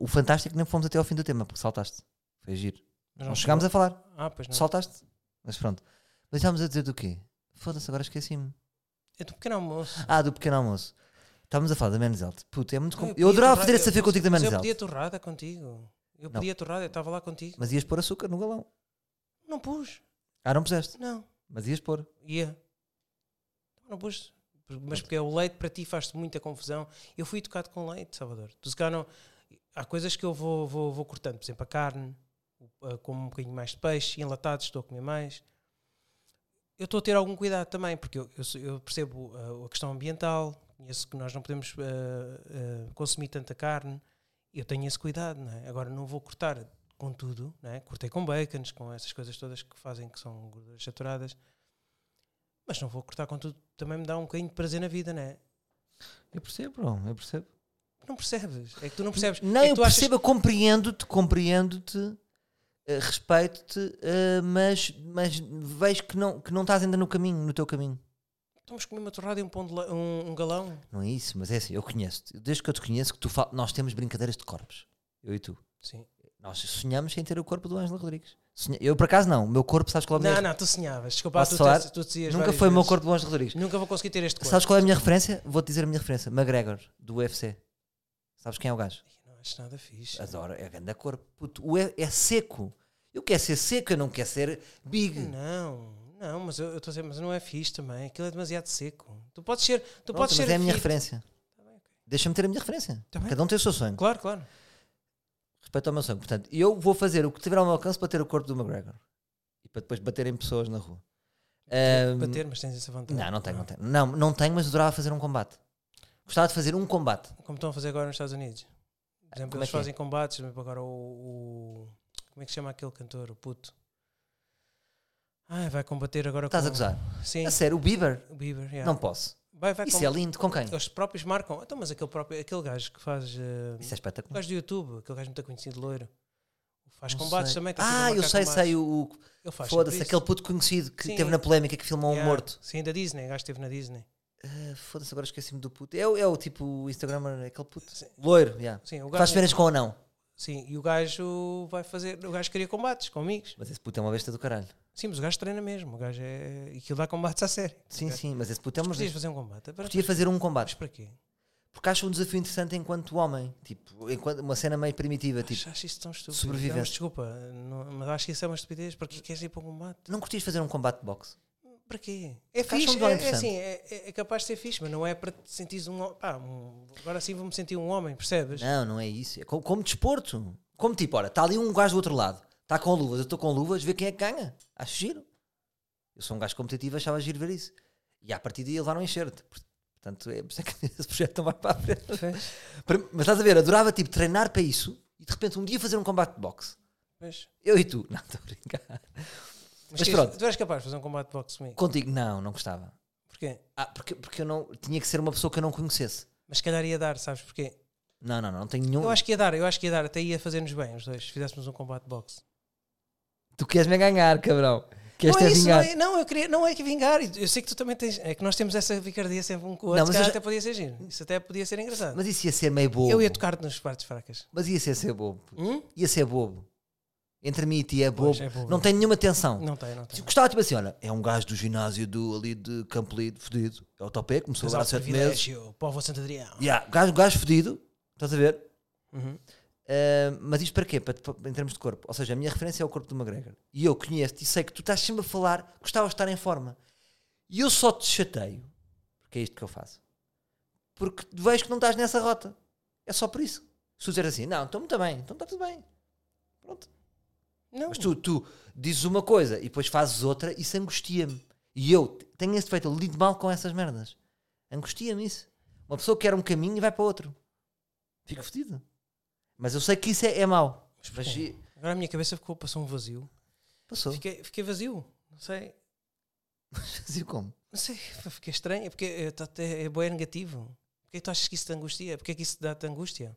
S1: O fantástico é nem fomos até ao fim do tema, porque saltaste. Foi giro.
S2: Mas
S1: Não chegámos a falar.
S2: Ah, pois não.
S1: Saltaste. Mas pronto. Mas estávamos a dizer do quê? Foda-se, agora esqueci-me.
S2: É do pequeno almoço.
S1: Ah, do pequeno almoço. Estávamos a falar da Menzelte. Puta, é muito. com-
S2: Não,
S1: Eu,
S2: podia
S1: adorava
S2: torrar-
S1: fazer essa ver contigo da
S2: Mas eu
S1: Menzelte.
S2: podia torrada contigo. Eu
S1: Não.
S2: podia torrada, eu estava lá contigo.
S1: Mas ias pôr açúcar no galão.
S2: Não pus.
S1: Ah, não puseste.
S2: Não.
S1: Mas ias pôr.
S2: Ia. Então, Não pus. Mas porque o leite para ti faz-te muita confusão. Eu fui educado com leite, Salvador. Tu se calhar não. Há coisas que eu vou, vou, vou cortando. Por exemplo, a carne. o- eh, Como um bocadinho mais de peixe. Enlatados, estou a comer mais. Eu estou a ter algum cuidado também, porque eu, eu sou- eu percebo eh, a questão ambiental. Conheço que nós não podemos eh, eh, consumir tanta carne. Eu tenho esse cuidado, não é? Agora não vou cortar com tudo, não é? Cortei com bacons, com essas coisas todas que fazem que são gorduras saturadas. Mas não vou cortar com tudo, também me dá um bocadinho de prazer na vida, não é?
S1: Eu percebo, bro, eu percebo.
S2: Não percebes? É que tu não percebes.
S1: Não,
S2: é que
S1: eu
S2: tu achas-
S1: percebo, eu compreendo-te, compreendo-te, eh, respeito-te, eh, mas, mas vejo que não, que não estás ainda no caminho, no teu caminho.
S2: Estamos comer uma torrada e um, pão de la- um, um galão.
S1: Não é isso, mas é assim, eu conheço-te. Desde que eu te conheço, que tu fal... nós temos brincadeiras de corpos. Eu e tu.
S2: Sim.
S1: Nós sonhamos sem ter o corpo do Ângelo Rodrigues. Sonha- Eu, por acaso, não. O meu corpo, sabes qual é o meu?
S2: Não, não, tu sonhavas. Desculpa,
S1: Posso
S2: tu,
S1: falar?
S2: te- tu dizias
S1: Nunca
S2: várias
S1: foi o meu
S2: vezes,
S1: corpo do Ângelo Rodrigues.
S2: Nunca vou conseguir ter este corpo.
S1: Sabes qual é a minha referência? Vou-te dizer a minha referência. McGregor, do UFC. Sabes quem é o gajo?
S2: Não acho nada fixe.
S1: Adoro, é grande corpo. Puto, o é, é seco. Eu quero ser seco, eu não quero ser big.
S2: Não, não, mas eu eu estou a dizer, mas não é fixe também. Aquilo é demasiado seco. Tu podes ser. Tu
S1: Pronto,
S2: podes
S1: mas
S2: ser.
S1: é a minha
S2: fit.
S1: referência. Deixa-me ter a minha referência.
S2: Tá bem.
S1: Cada um tem o seu sonho.
S2: Claro, claro.
S1: Respeito ao meu sonho. Portanto, eu vou fazer o que tiver ao meu alcance para ter o corpo do McGregor. E para depois bater em pessoas na rua. Ahm,
S2: Bater, mas tens essa vontade.
S1: não, não tenho, não tenho. Não, não tenho, mas adorava fazer um combate. Gostava de fazer um combate.
S2: Como estão a fazer agora nos Estados Unidos. Por exemplo,
S1: como é
S2: eles
S1: que é?
S2: fazem combates. por exemplo, Agora o, o- Como é que se chama aquele cantor? O puto. Ai, vai combater agora
S1: Estás
S2: com.
S1: a gozar?
S2: Sim,
S1: A sério, o Bieber?
S2: o Bieber. yeah.
S1: Não posso.
S2: Vai, vai
S1: Isso
S2: Tá com-
S1: é lindo. Com quem?
S2: Eles próprios marcam. Então, mas aquele, próprio, aquele gajo que faz. eh,
S1: Isso é
S2: o
S1: espetacular.
S2: gajo do YouTube, aquele gajo muito conhecido, loiro. Faz
S1: Não
S2: combates
S1: sei.
S2: também. tem sido a
S1: Ah, eu
S2: marcar
S1: sei,
S2: combates.
S1: sei. O, o-
S2: Ele faz
S1: Foda-se,
S2: sempre isso.
S1: aquele puto conhecido que
S2: Sim.
S1: teve na polémica que filmou um
S2: Yeah.
S1: morto.
S2: Sim, da Disney. O gajo esteve na Disney.
S1: Ah, Foda-se, agora esqueci-me do puto. É, o- é o tipo o Instagramer, aquele puto. Loiro, yeah.
S2: Sim, o
S1: faz
S2: gajo. é
S1: férias com ou não.
S2: Sim, e o gajo vai fazer. O gajo queria combates com amigos.
S1: Mas esse puto é uma besta do caralho.
S2: Sim, mas o gajo treina mesmo. O gajo é. E aquilo dá combates a sério.
S1: Sim,
S2: Ok?
S1: sim, mas esse puto é uma
S2: Mas podias
S1: besta.
S2: fazer um combate. Para-
S1: Podia fazer um
S2: Mas
S1: combate,
S2: para quê?
S1: porque acho um desafio interessante enquanto homem. Tipo, enquanto, uma cena meio primitiva. Tipo,
S2: Acho, acho isso tão estúpido.
S1: sobrevivência.
S2: Não, mas desculpa, não- mas acho que isso é uma estupidez. Para que queres ir para um combate?
S1: não curtias fazer um combate de boxe?
S2: Para quê? É
S1: Porque acho um
S2: fixe,
S1: duelo
S2: é, é
S1: interessante.
S2: assim, é, é- é capaz de ser fixe, mas não é para te sentires um, ho- pá, um- Agora sim vou-me sentir um homem, percebes?
S1: Não, não é isso. É co- como, desporto. Como tá tipo, ora, está ali um gajo do outro lado. Está com luvas, eu estou com luvas, vê quem é que ganha. Acho giro. Eu sou um gajo competitivo, achava giro ver isso. E à partida ia levar um enxerto. Portanto, é por isso é que esse projeto não vai para a frente.
S2: Fez?
S1: Para- Mas estás a ver, adorava tipo treinar para isso e de repente um dia fazer um combate de boxe.
S2: Fez.
S1: Eu e tu. Não, estou a brincar.
S2: Mas,
S1: Mas
S2: que-
S1: pronto.
S2: Tu eras capaz de fazer um combate de boxe comigo?
S1: Contigo, não, não gostava.
S2: Porquê?
S1: Ah, porque, porque eu não. Tinha que ser uma pessoa que eu não conhecesse.
S2: Mas se calhar ia dar, sabes porquê?
S1: Não, não, não, não tenho nenhum.
S2: Eu acho que ia dar, eu acho que ia dar, até ia fazer-nos bem os dois, se fizéssemos um combate de boxe.
S1: Tu queres-me ganhar, cabrão. Queres
S2: não é
S1: ter
S2: isso, não
S1: vingar.
S2: é, não, eu queria, não é que vingar, eu sei que tu também tens, é que nós temos essa vicardia sempre um com o
S1: Não, mas
S2: outro, se calhar
S1: eu já-
S2: até podia ser giro, isso até podia ser engraçado.
S1: Mas isso ia ser meio bobo.
S2: eu ia tocar-te nas partes fracas.
S1: Mas ia ser, ser bobo. puto.
S2: Hum?
S1: Ia ser é bobo. Entre mim e ti é bobo.
S2: Pois, é bobo.
S1: Não tem nenhuma tensão.
S2: Não tem, não tem.
S1: Se Gostava tipo assim, olha, é um gajo do ginásio do, ali de Campo Lido, fedido. É o Topé, começou
S2: Mas
S1: agora há
S2: há é. o
S1: 7 meses.
S2: privilégio, povo Santo Adrião.
S1: Yeah, um gajo, gajo fedido, estás a ver?
S2: Uhum.
S1: Ah, mas isto para quê? Para, para- em termos de corpo. Ou seja, a minha referência é o corpo do McGregor. E eu conheço-te e sei que tu estás sempre a falar que gostavas de estar em forma. E eu só te chateio, porque é isto que eu faço, porque vejo que não estás nessa rota. É só por isso. Se tu dizer assim, não, estou muito bem, então está tudo bem. Pronto.
S2: Não,
S1: Mas tu, tu dizes uma coisa e depois fazes outra, isso angustia-me. E eu te- tenho esse defeito, eu lido mal com essas merdas. Angustia-me isso. Uma pessoa quer um caminho e vai para outro. Fico fodido. Mas eu sei que isso é, é mau. Mas e-
S2: agora a minha cabeça ficou, passou um vazio.
S1: passou.
S2: Fiquei, fiquei vazio, não sei,
S1: Fazia como?
S2: não sei, fiquei estranho, é porque é, tá até- é, bué negativo. Porquê que tu achas que isso te angustia? Porquê que isso te dá-te angústia?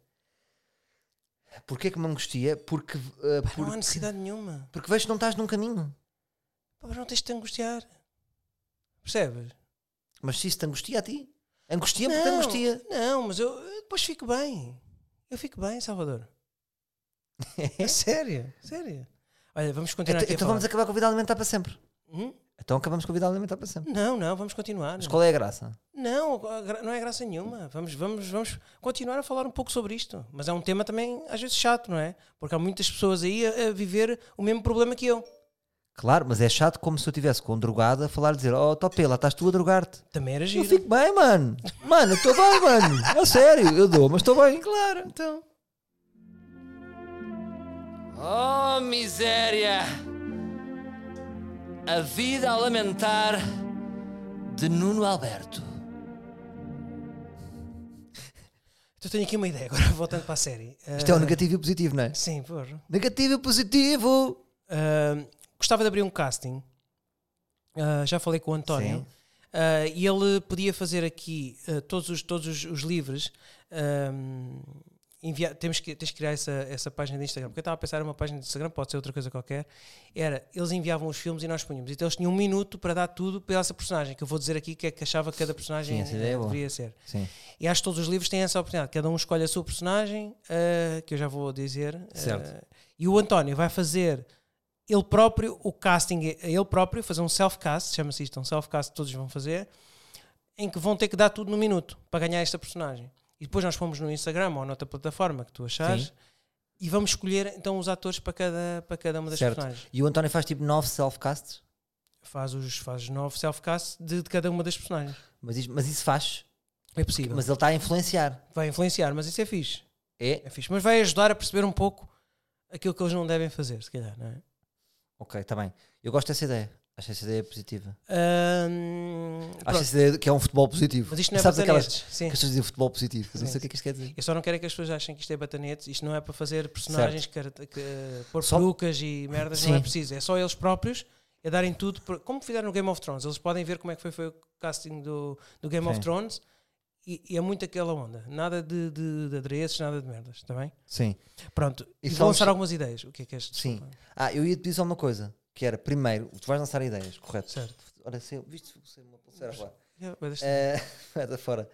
S1: Porquê que me angustia? Porque, uh,
S2: Pá, Não há
S1: porque,
S2: necessidade nenhuma.
S1: porque vejo que não estás num caminho.
S2: Pá, mas não tens de te angustiar. Percebes?
S1: Mas se isso te angustia a ti, angustia-me porque te angustia.
S2: Não, Então, mas eu, eu depois fico bem. Eu fico bem, Salvador. É sério, sério. Olha, vamos continuar
S1: Então,
S2: aqui a
S1: então
S2: falar.
S1: vamos acabar com a vida alimentar para sempre.
S2: Hum?
S1: Então acabamos com a vida alimentar para sempre.
S2: Não, não, vamos continuar.
S1: Mas qual é a graça?
S2: Não, gra- não é graça nenhuma. Vamos, vamos, vamos continuar a falar um pouco sobre isto. Mas é um tema também, às vezes, chato, não é? Porque há muitas pessoas aí a, a viver o mesmo problema que eu.
S1: Claro, mas é chato como se eu estivesse com um drogado a falar e dizer: Oh, Topé, lá estás tu a drogar-te.
S2: Também era
S1: Eu
S2: giro.
S1: fico bem, mano. Mano, eu estou bem, mano. A sério, eu dou, mas estou bem.
S2: Claro, então.
S3: Oh, miséria! A vida a lamentar de Nuno Alberto.
S2: Então tenho aqui uma ideia, agora voltando para a série.
S1: Isto é o
S2: Ah,
S1: negativo e o positivo, não é?
S2: Sim, porra.
S1: Negativo e positivo.
S2: Uh, gostava de abrir um casting. Uh, já falei com o António.
S1: Sim.
S2: Uh, e ele podia fazer aqui uh, todos os, todos os, os livros. um, enviar- temos que, tens que criar essa, essa página de Instagram. Porque eu estava a pensar numa página de Instagram, pode ser outra coisa qualquer. Era, eles enviavam os filmes e nós punhamos. Então eles tinham um minuto para dar tudo pela essa personagem. Que eu vou dizer aqui o que é que achava que cada personagem
S1: Sim, essa ideia é
S2: eh,
S1: boa.
S2: deveria ser.
S1: Sim.
S2: E acho que todos os livros têm essa oportunidade. Cada um escolhe a sua personagem, eh, que eu já vou dizer. eh,
S1: Certo.
S2: e o António vai fazer ele próprio o casting, a ele próprio, fazer um self-cast, chama-se isto, um self-cast que todos vão fazer, em que vão ter que dar tudo no minuto para ganhar esta personagem. E depois nós fomos no Instagram ou noutra plataforma que tu achares
S1: Sim.
S2: e vamos escolher então os atores para cada, para cada uma das
S1: Certo.
S2: personagens.
S1: E o António faz tipo 9 self-casts.
S2: Faz os, faz os nove self-casts de, de cada uma das personagens.
S1: Mas, isso- mas isso faz.
S2: É possível.
S1: Mas ele está a influenciar.
S2: Vai influenciar, mas isso é fixe.
S1: É?
S2: É fixe, mas vai ajudar a perceber um pouco aquilo que eles não devem fazer, se calhar, não é?
S1: Ok, está bem. Eu gosto dessa ideia. Acho essa ideia positiva.
S2: Ahm,
S1: Acho
S2: pronto,
S1: essa ideia que é um futebol positivo.
S2: mas isto não é
S1: Sabes aquelas
S2: batanetes.
S1: que
S2: Sim.
S1: as pessoas dizem futebol positivo. Eu não
S2: Sim.
S1: sei o que é que isto quer dizer.
S2: Eu só não quero é que as pessoas achem que isto é batanetes, isto não é para fazer personagens, que, que, pôr
S1: Só-
S2: perucas e merdas, não
S1: Sim.
S2: é preciso, é só eles próprios a darem tudo, por- como fizeram no Game of Thrones, eles podem ver como é que foi, foi o casting do, do Game of
S1: Sim.
S2: Thrones e, e é muito aquela onda, nada de, de, de adereços, nada de merdas, está bem?
S1: Sim.
S2: Pronto,
S1: E
S2: e vou
S1: falas-
S2: lançar algumas ideias, o que é que és?
S1: Sim.
S2: Desculpa.
S1: Ah, eu ia te dizer só uma coisa. Que era, primeiro, tu vais lançar ideias, correto?
S2: Certo. É,
S1: Olha, sei- viste sei é uma pulseira agora.
S2: Eu- eu deixo-
S1: Eh, vai da fora.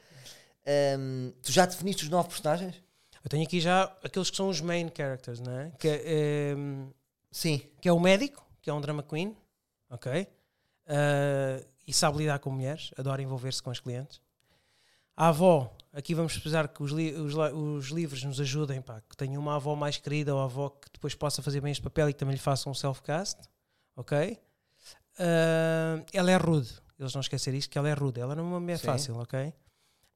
S1: Ehm, tu já definiste os nove personagens?
S2: Eu tenho aqui já aqueles que são os main characters, não é? Que, eh,
S1: Sim.
S2: que é o médico, que é um drama queen, ok? Ah, e sabe lidar com mulheres, adora envolver-se com os clientes. A avó, aqui vamos precisar que os, li- os la- os livros nos ajudem, pá, que tenha uma avó mais querida ou avó que depois possa fazer bem este papel e que também lhe faça um self-cast, ok? Ah, ela é rude, eles não esquecer isto, que ela é rude, ela não é uma mulher
S1: Sim.
S2: fácil, ok?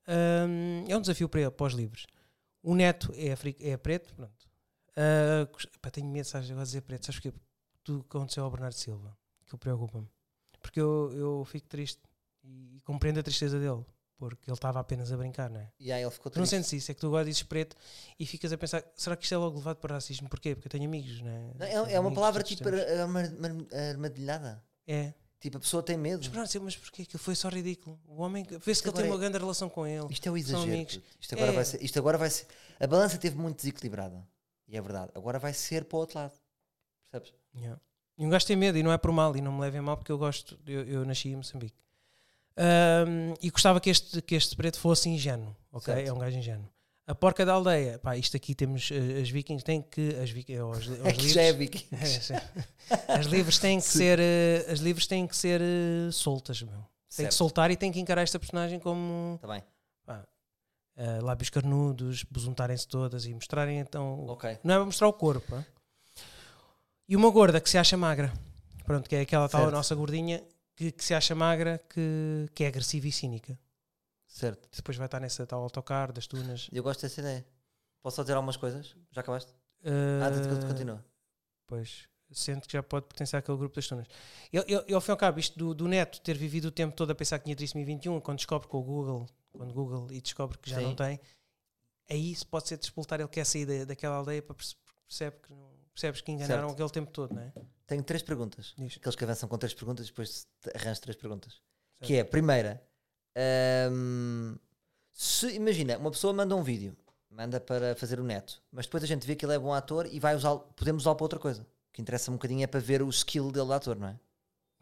S2: Ah, é um desafio para, para os livros. O neto é, afri- é preto, pronto. Ah, gost- pá, tenho medo, sabes, agora de dizer preto, sabes porquê? do que aconteceu ao Bernardo Silva, que preocupa-me. Porque eu, eu fico triste e, e compreendo a tristeza dele, porque ele estava apenas a brincar, não é?
S1: E aí ele ficou
S2: Tu não
S1: triste.
S2: sentes isso, é que tu agora dizes preto e ficas a pensar, será que isto é logo levado para racismo? Porquê? Porque eu tenho amigos, não é?
S1: Não,
S2: Tenho
S1: é, é uma
S2: amigos
S1: palavra
S2: de
S1: tipo
S2: outros tempos.
S1: ar- arma- mar- armadilhada.
S2: É.
S1: Tipo, a pessoa tem medo.
S2: Mas pronto, mas porquê? Aquilo foi só ridículo. O homem, que- vê-se que ele
S1: agora
S2: tem
S1: é-
S2: uma grande relação com ele.
S1: Isto é o
S2: São
S1: exagero.
S2: amigos.
S1: puto. Isto agora,
S2: É.
S1: vai ser, isto agora vai ser. A balança esteve muito desequilibrada. E é verdade. Agora vai ser para o outro lado. Percebes?
S2: Yeah. E um gajo tem medo e não é por mal, e não me levem a mal porque eu gosto, eu, eu nasci em Moçambique. Ahm, e gostava que este, que este preto fosse ingênuo, ok?
S1: Certo.
S2: É um gajo ingênuo. A porca da aldeia, pá, isto aqui temos eh, as vikings, têm que. As, vi- eh, os, os
S1: É que
S2: livres-
S1: já é viking.
S2: É, sim. as livres têm que ser eh, as livres têm que ser eh, soltas meu. tem
S1: Certo.
S2: que soltar e tem que encarar esta personagem como
S1: Tá bem.
S2: eh, lábios carnudos besuntarem-se todas e mostrarem então
S1: Ok.
S2: não é para mostrar o corpo é? e uma gorda que se acha magra pronto que é aquela tal
S1: Certo.
S2: nossa gordinha que, que se acha magra que, que é agressiva e cínica
S1: Certo.
S2: depois vai estar nessa tal autocar das tunas
S1: Eu gosto dessa ideia. Posso só dizer algumas coisas? Já acabaste?
S2: Ah,
S1: Ah, tu- continua.
S2: Pois, sente que já pode pertencer àquele grupo das tunas. Eu, eu, eu, ao fim e ao cabo, isto do, do neto ter vivido o tempo todo a pensar que tinha trissomia 21, quando descobre com o Google, quando Google e descobre que já
S1: Sim.
S2: não tem, aí se pode ser despoltar, ele quer sair da, daquela aldeia para perce- percebe que não- percebes que enganaram
S1: Certo.
S2: aquele tempo todo, não é?
S1: Tenho três perguntas.
S2: Diz.
S1: Aqueles que avançam com três perguntas, depois te- arranjo três perguntas. Que é, primeira, hum, se, imagina, uma pessoa manda um vídeo, manda para fazer o neto, mas depois a gente vê que ele é bom ator e vai usá podemos usá-lo para outra coisa. O que interessa um bocadinho é para ver o skill dele de ator, não é?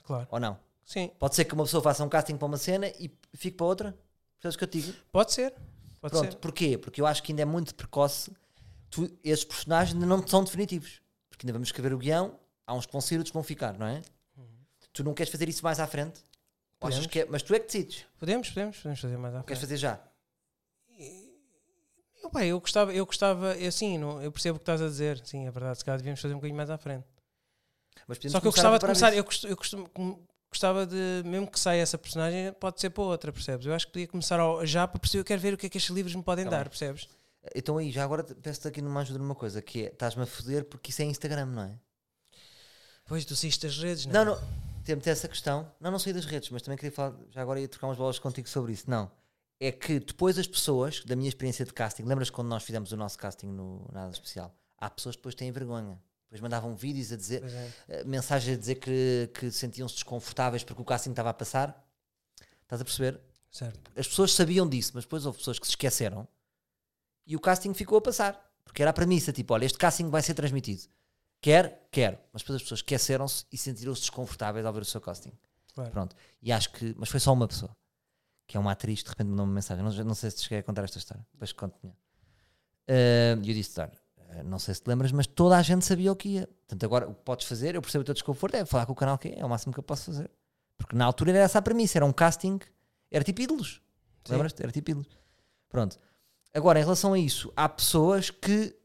S2: Claro.
S1: Ou não?
S2: Sim,
S1: Pode ser que uma pessoa faça um casting para uma cena e fique para outra? Percebes o que eu te digo?
S2: pode ser. Pode
S1: Pronto,
S2: ser.
S1: porquê? Porque eu acho que ainda é muito precoce. Tu, esses personagens ainda não são definitivos. Porque ainda vamos escrever o guião, há uns que vão sair, outros que vão ficar, não é? Tu não queres fazer isso mais à frente? Ou achas
S2: Uhum. Podemos.
S1: que é- mas tu é que decides.
S2: Podemos, podemos, podemos fazer mais à
S1: Queres
S2: frente.
S1: fazer já?
S2: Eu, pá, eu gostava, eu gostava, eu, sim, não, eu percebo o que estás a dizer, sim, é verdade, se calhar devíamos fazer um bocadinho mais à frente.
S1: Mas podemos
S2: Só que eu
S1: começar a
S2: gostava de
S1: preparar
S2: começar, eu, costu- eu costumo- com- gostava de, mesmo que saia essa personagem, pode ser para outra, percebes? Eu acho que podia começar ao- já para perceber, eu quero ver o que é que estes livros me podem
S1: Tá
S2: dar,
S1: bem.
S2: percebes?
S1: isso. Então aí, já agora te- peço-te aqui numa ajuda numa coisa, que é, estás-me a foder porque isso é Instagram, não é?
S2: Pois, tu saíste das redes, não é?
S1: Não, não, temos essa questão. Não, não saí das redes, mas também queria falar, já agora ia trocar umas bolas contigo sobre isso. Não, é que depois as pessoas, da minha experiência de casting, lembras quando nós fizemos o nosso casting no Nada Especial? Há pessoas que depois têm vergonha. Depois mandavam vídeos a dizer,
S2: Pois é.
S1: eh, mensagens a dizer que, que sentiam-se desconfortáveis porque o casting estava a passar. Estás a perceber?
S2: Certo.
S1: as pessoas sabiam disso, mas depois houve pessoas que se esqueceram e o casting ficou a passar. Porque era a premissa, tipo, olha, este casting vai ser transmitido. Quer, quero. Mas depois as pessoas esqueceram-se e sentiram-se desconfortáveis ao ver o seu casting.
S2: Claro.
S1: Pronto. E acho que. Mas foi só uma pessoa. Que é uma atriz, de repente mandou-me uma mensagem. Não, não sei se te cheguei a contar esta história. Depois conto-te. melhor. Ah, E eu disse, olha, ah, não sei se te lembras, mas toda a gente sabia o que ia. Portanto, agora o que podes fazer, eu percebo o teu desconforto, é falar com o canal que é. É o máximo que eu posso fazer. Porque na altura era essa a premissa. Era um casting. Era tipo ídolos.
S2: Sim.
S1: Lembras-te? Era tipo ídolos. Pronto. Agora, em relação a isso, há pessoas que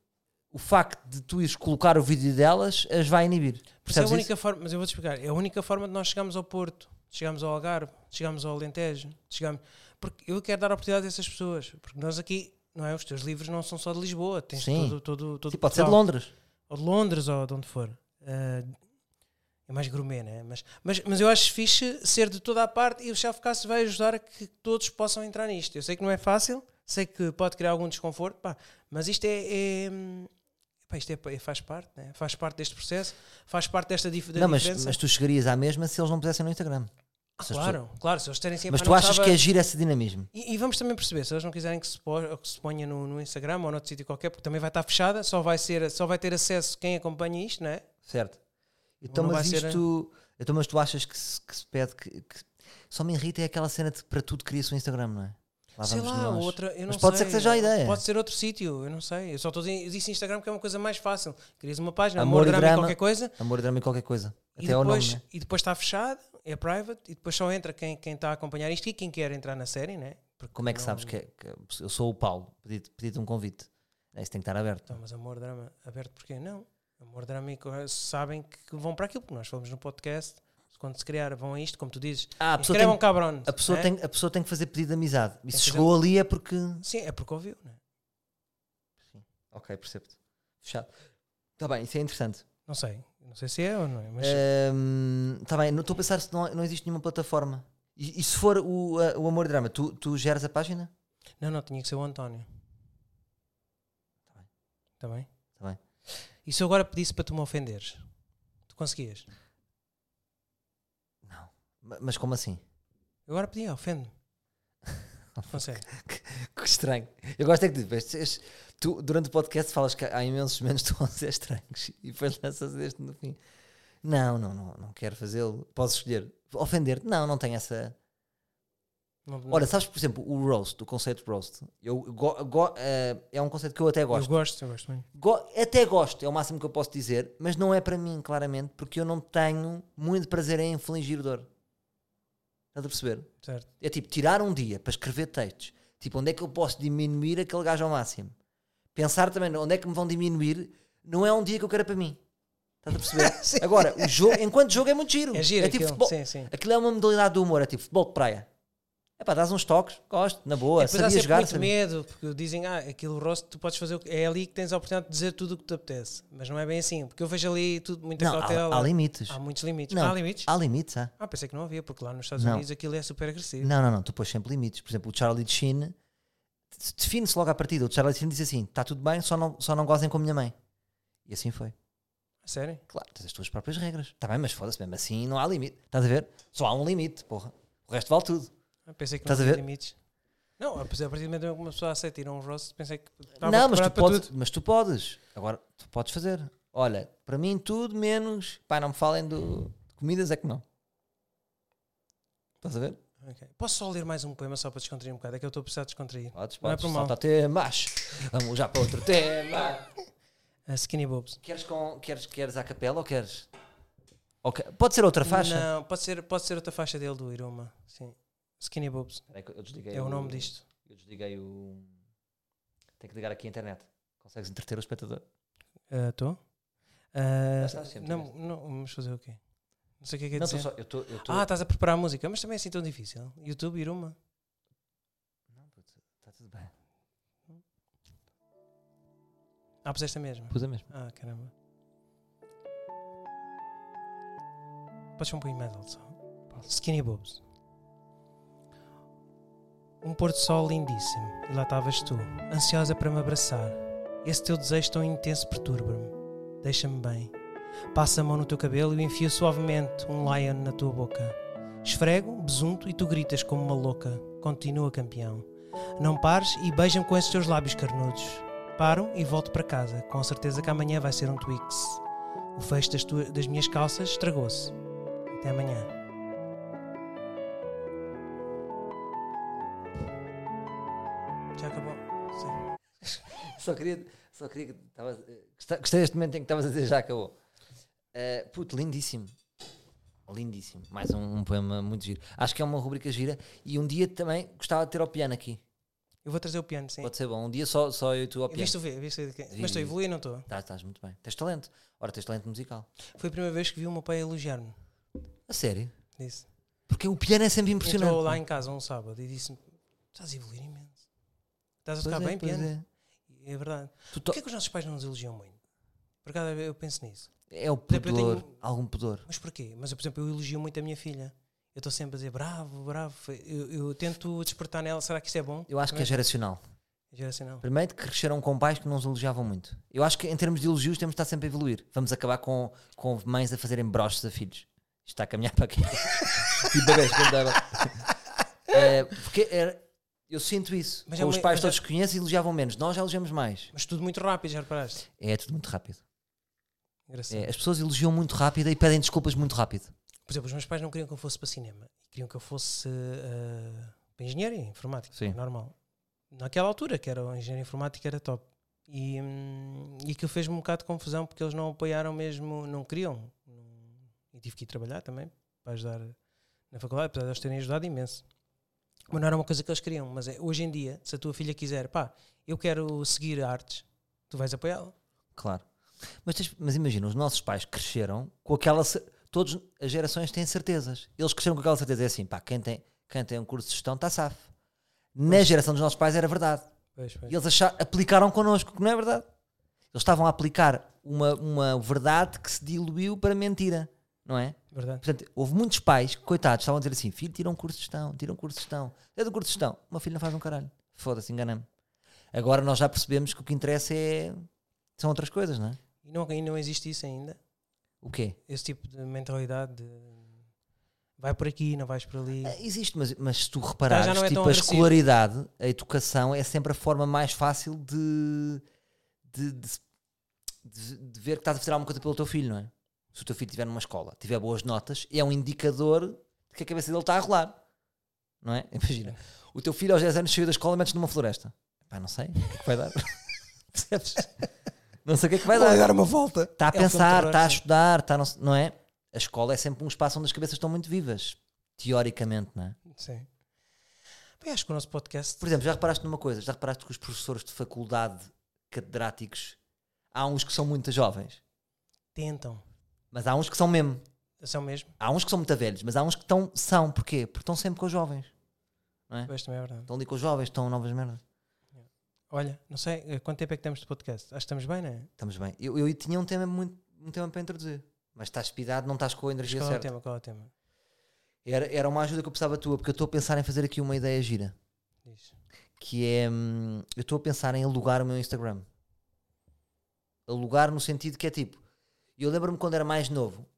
S1: o facto de tu ires colocar o vídeo delas as vai inibir.
S2: Porque é a
S1: Percebes
S2: única forma, mas eu vou-te explicar, é a única forma de nós chegarmos ao Porto, chegarmos ao Algarve, chegarmos ao Alentejo, chegarmos... Porque eu quero dar a oportunidade a essas pessoas, porque nós aqui, não é? Os teus livros não são só de Lisboa, tens
S1: Sim.
S2: todo, todo, todo
S1: Sim, pode ser de
S2: Portugal.
S1: Londres.
S2: ou de Londres ou de onde for. Ah, é mais grumê, né? Mas, mas, mas eu acho fixe ser de toda a parte e o Chef Cássio vai ajudar a que todos possam entrar nisto. Eu sei que não é fácil, sei que pode criar algum desconforto, pá, mas isto é. é, hum, pá, isto é- é- faz parte, né? faz parte deste processo, faz parte desta dif da
S1: Não, mas,
S2: diferença.
S1: mas tu chegarias à mesma se eles não pusessem no Instagram.
S2: Ah,
S1: se as
S2: claro, claro, se eles terem sempre
S1: Mas
S2: "Ah,
S1: tu
S2: não
S1: achas
S2: gostava-
S1: que é giro esse dinamismo?
S2: E, e vamos também perceber, se eles não quiserem que se, po- que se ponha no, no Instagram ou noutro sítio qualquer, porque também vai estar fechada, só vai, ser, só vai ter acesso quem acompanha isto, não é?
S1: Certo. Então,
S2: Não
S1: mas
S2: vai ser, é?
S1: isto. Então, mas tu achas que se, que se pede que, que- Só me irrita é aquela cena de para tudo cria-se um Instagram, não é? Lá
S2: sei
S1: vamos
S2: lá,
S1: nós.
S2: outra, eu não
S1: Mas pode ser
S2: sei.
S1: que seja a ideia.
S2: Pode ser outro sítio, eu não sei. Eu só estou a dizer, existe Instagram que é uma coisa mais fácil. Crias uma página,
S1: Amor
S2: amor,
S1: e
S2: drama, e
S1: drama.
S2: qualquer coisa,
S1: Amor e drama e qualquer coisa.
S2: e
S1: Até ao nome.
S2: depois,
S1: né?
S2: e depois está fechado, é private, e depois só entra quem quem está a acompanhar isto e quem quer entrar na série, né? Porque
S1: Como é que
S2: não-
S1: sabes que, é- que eu sou o Paulo? Pedi-te pedi-te um convite. É, Isso tem que estar aberto.
S2: Então, mas amor, drama, aberto porquê? Não. Amor, drama e coisa, sabem que vão para aquilo, porque nós falamos no podcast, quando se criar, vão a isto, como tu dizes.
S1: Ah, a pessoa,
S2: Escrevam
S1: tem,
S2: cabrón.
S1: a, pessoa
S2: né?
S1: tem, a pessoa tem que fazer pedido de amizade. E
S2: que
S1: se
S2: fazer- um
S1: chegou ali é porque.
S2: Sim, é porque ouviu, né?
S1: Ok, percebo-te. Fechado. Está bem, isso é interessante.
S2: Não sei. Não sei se é ou não é,
S1: Eh,
S2: mas
S1: Está tá bem, não estou a pensar se não, não existe nenhuma plataforma. E, e se for o, a- o Amor e Drama, tu, tu geras a página?
S2: Não, não, tinha que ser o António.
S1: Tá bem.
S2: Está bem?
S1: Tá bem.
S2: E se eu agora pedisse para tu me ofenderes? Tu conseguias?
S1: Ma- Mas como assim?
S2: Eu agora pedi, ofende-me. Consegue?
S1: Que estranho. Eu gosto é que tu, este- este- tu, durante o podcast, falas que há imensos menos que estão a ser estranhos e depois lanças este no fim. Não, não, não, não quero fazê-lo. Posso escolher. Ofender-te? Não, não tenho essa.
S2: Não- não-
S1: Olha, sabes, por exemplo, o roast, o conceito de roast. Eu go- go- eh, é um conceito que eu até
S2: eu
S1: gosto.
S2: gosto, eu gosto muito.
S1: Go- até gosto, é o máximo que eu posso dizer, mas não é para mim, claramente, porque eu não tenho muito prazer em infligir dor. Estás a perceber?
S2: Certo.
S1: É tipo, tirar um dia para escrever textos. Tipo, onde é que eu posso diminuir aquele gajo ao máximo? Pensar também, onde é que me vão diminuir? Não é um dia que eu quero para mim. Estás a perceber? Agora, o jogo, enquanto jogo é muito giro.
S2: É giro
S1: tipo
S2: aquilo,
S1: futebol.
S2: sim, sim.
S1: Aquilo é uma modalidade do humor, é tipo futebol de praia. É pá, dás uns toques, gosto, na boa,
S2: Depois
S1: sabia
S2: há sempre
S1: jogar,
S2: muito
S1: sabia.
S2: medo, porque dizem, ah, aquilo rosto tu podes fazer, o que- é ali que tens a oportunidade de dizer tudo o que te apetece. Mas não é bem assim, porque eu vejo ali tudo, muita
S1: Não,
S2: cautela.
S1: há, há limites.
S2: Há muitos limites.
S1: Não,
S2: Há limites?
S1: Há limites, há.
S2: Ah, pensei que não havia, porque lá nos Estados
S1: Não.
S2: Unidos aquilo é super agressivo.
S1: Não, não, não, tu pões sempre limites. Por exemplo, o Charlie Sheen de- define-se logo à partida. O Charlie Sheen diz assim: está tudo bem, só não, só não gozem com a minha mãe. E assim foi.
S2: A Sério?
S1: Claro, tens as tuas próprias regras. Está bem, mas foda-se, mesmo assim não há limite. Estás a ver? Só há um limite, porra. O resto vale tudo.
S2: Ah, pensei que
S1: Estás
S2: não
S1: a
S2: havia
S1: ver?
S2: limites. Não, a partir a partir do momento em que uma pessoa aceita ir a um rosto, pensei que estava
S1: não, mas tu,
S2: preparado Tá, para
S1: podes,
S2: tudo.
S1: mas tu podes. Agora, tu podes fazer. Olha, para mim tudo menos. Pá, não me falem do. de Comidas é que não. Estás a ver?
S2: Ok. Posso só ler mais um poema só para descontrair um bocado? É que eu estou a precisar descontrair.
S1: Podes,
S2: Não é
S1: podes.
S2: por mal.
S1: Salta a temas. Vamos já para outro tema.
S2: A Skinny Bobs.
S1: Queres, com, queres, queres à capela ou queres? Ou que- Pode ser outra faixa?
S2: Não, pode ser, pode ser outra faixa dele do Iruma. Sim. Skinny Bobs.
S1: Espera aí que eu desliguei
S2: É, o nome disto.
S1: Eu desliguei o. Tenho que ligar aqui a internet. Consegues entreter o espectador?
S2: Ah, Estou? Ah,
S1: Já estás tá sempre,
S2: não, não, vamos fazer o quê? Não sei o que é que é
S1: não,
S2: dizer.
S1: estou só. Eu tô, eu tô...
S2: Ah, estás a preparar a música, mas também é assim tão difícil. YouTube, Iruma.
S1: Não, puto, está tá tudo bem.
S2: Ah, puseste a mesma.
S1: Puta mesmo.
S2: Ah, caramba. Podes ser um pouquinho mais alto só. Skinny Bobs. Um pôr de sol lindíssimo. E lá estavas tu, ansiosa para me abraçar. Esse teu desejo tão intenso perturba-me. Deixa-me bem. Passa a mão no teu cabelo e enfia suavemente um lion na tua boca. Esfrego, besunto e tu gritas como uma louca. Continua, campeão. Não pares e beija-me com esses teus lábios carnudos. Paro e volto para casa, com a certeza que amanhã vai ser um Twix. O fecho das, tua- das minhas calças estragou-se. Até amanhã. Já acabou? Sim.
S1: Só queria, só queria que. estavas- eh, gosta- Gostei deste momento em que estavas a dizer já acabou. Eh, puto, lindíssimo. Lindíssimo. Mais um, um poema muito giro. Acho que é uma rubrica gira. E um dia também gostava de ter ao piano aqui.
S2: Eu vou trazer o piano, sim.
S1: Pode ser bom. Um dia só, só eu e tu ao
S2: Eu
S1: piano.
S2: viste o vídeo, viste o vídeo.
S1: Vi,
S2: Mas estou a
S1: vi.
S2: evoluir, não estou?
S1: Estás, estás muito bem. Tens talento. Ora, tens talento musical.
S2: Foi a primeira vez que vi o meu pai elogiar-me.
S1: A sério?
S2: Disse.
S1: Porque o piano é sempre impressionante.
S2: Entrou lá em casa um sábado e disse-me: Estás a evoluir imenso. Estás a
S1: Pois
S2: tocar
S1: é,
S2: bem
S1: pois
S2: piano.
S1: é.
S2: É verdade.
S1: Tu to-
S2: Porquê é que os nossos pais não nos elogiam muito? Por acaso eu penso nisso.
S1: É o
S2: exemplo, eu
S1: pudor.
S2: tenho-
S1: Algum pudor.
S2: Mas porquê? Mas, eu, por exemplo, eu elogio muito a minha filha. Eu estou sempre a dizer bravo, bravo. Eu, eu tento despertar nela. Será que isto é bom?
S1: Eu acho que é geracional.
S2: Geracional.
S1: Primeiro que cresceram com pais que não os elogiavam muito. Eu acho que em termos de elogios temos de estar sempre a evoluir. Vamos acabar com, com mães a fazerem broches a filhos. Isto está a caminhar para aqui. tipo bebês, quando era. É, porque era- eu sinto isso.
S2: Mas
S1: com
S2: é
S1: os
S2: uma-
S1: pais
S2: mas
S1: todos que conheço elogiavam menos. Nós já elogiamos mais.
S2: Mas tudo muito rápido, já reparaste?
S1: É tudo muito rápido.
S2: Engraçado.
S1: É, as pessoas elogiam muito rápido e pedem desculpas muito rápido.
S2: Por exemplo, os meus pais não queriam que eu fosse para cinema. Queriam que eu fosse ah, para engenharia informática.
S1: Sim.
S2: Normal. Naquela altura, que era o engenheiro informático, era top. E, hum, e aquilo fez-me um bocado de confusão porque eles não apoiaram mesmo, não queriam. E tive que ir trabalhar também para ajudar na faculdade, apesar de eles terem ajudado imenso. Mas não era uma coisa que eles queriam. Mas é, hoje em dia, se a tua filha quiser, pá, eu quero seguir artes, tu vais apoiá-la.
S1: Claro. Mas, tens- mas imagina, os nossos pais cresceram com aquela. cer- Todas as gerações têm certezas. Eles cresceram com aquela certeza. É assim, pá, quem tem, quem tem um curso de gestão está safo. Na geração dos nossos pais era verdade.
S2: Pois, pois.
S1: E eles acha- aplicaram connosco, que não é verdade. Eles estavam a aplicar uma, uma verdade que se diluiu para mentira, não é?
S2: Verdade.
S1: Portanto, houve muitos pais, que, coitados, estavam a dizer assim: filho, tira um curso de gestão, tira um curso de gestão, é do curso de gestão. Uma filha não faz um caralho. Foda-se, engana-me. Agora nós já percebemos que o que interessa é. são outras coisas, não é?
S2: E não, e não existe isso ainda.
S1: O quê?
S2: Esse tipo de mentalidade de vai por aqui, não vais por ali.
S1: Ah, Existe, mas, mas se tu reparares,
S2: já não é tão
S1: tipo, a
S2: agressivo.
S1: escolaridade, a educação é sempre a forma mais fácil de, de, de se- de- de ver que estás a fazer alguma coisa pelo teu filho, não é? Se o teu filho estiver numa escola, tiver boas notas, é um indicador de que a cabeça dele está a rolar, não é? Imagina, o teu filho aos 10 anos saiu da escola e metes numa floresta. Pá, não sei, o que é que vai dar? Percebes? Não sei o que é que vai
S2: Vou
S1: dar.
S2: lhe dar uma volta.
S1: Está Tá a
S2: É o
S1: pensar,
S2: computador,
S1: está a
S2: sim.
S1: estudar, está a não, se- não é? A escola é sempre um espaço onde as cabeças estão muito vivas, teoricamente, não é?
S2: Sim. Bem, acho que o nosso podcast.
S1: Por exemplo, já reparaste numa coisa? Já reparaste que os professores de faculdade catedráticos há uns que são muito jovens,
S2: Tentam.
S1: mas há uns que são mesmo.
S2: São mesmo.
S1: Há uns que são muito velhos, mas há uns que estão, são. Porquê? Porque estão sempre com os jovens.
S2: Pois também é verdade.
S1: Estão ali com os jovens, estão novas merdas.
S2: Olha, não sei eh, quanto tempo é que temos de podcast. Acho que estamos bem, não é?
S1: Estamos bem. Eu, eu tinha um tema muito um tema para introduzir, mas estás espidado, não estás com a energia
S2: Qual é o
S1: certa.
S2: tema? Qual é o tema?
S1: Era, era uma ajuda que eu precisava tua, porque eu estou a pensar em fazer aqui uma ideia gira.
S2: Diz.
S1: que é hum, eu estou a pensar em alugar o meu Instagram. Alugar no sentido que é tipo, eu lembro-me quando era mais novo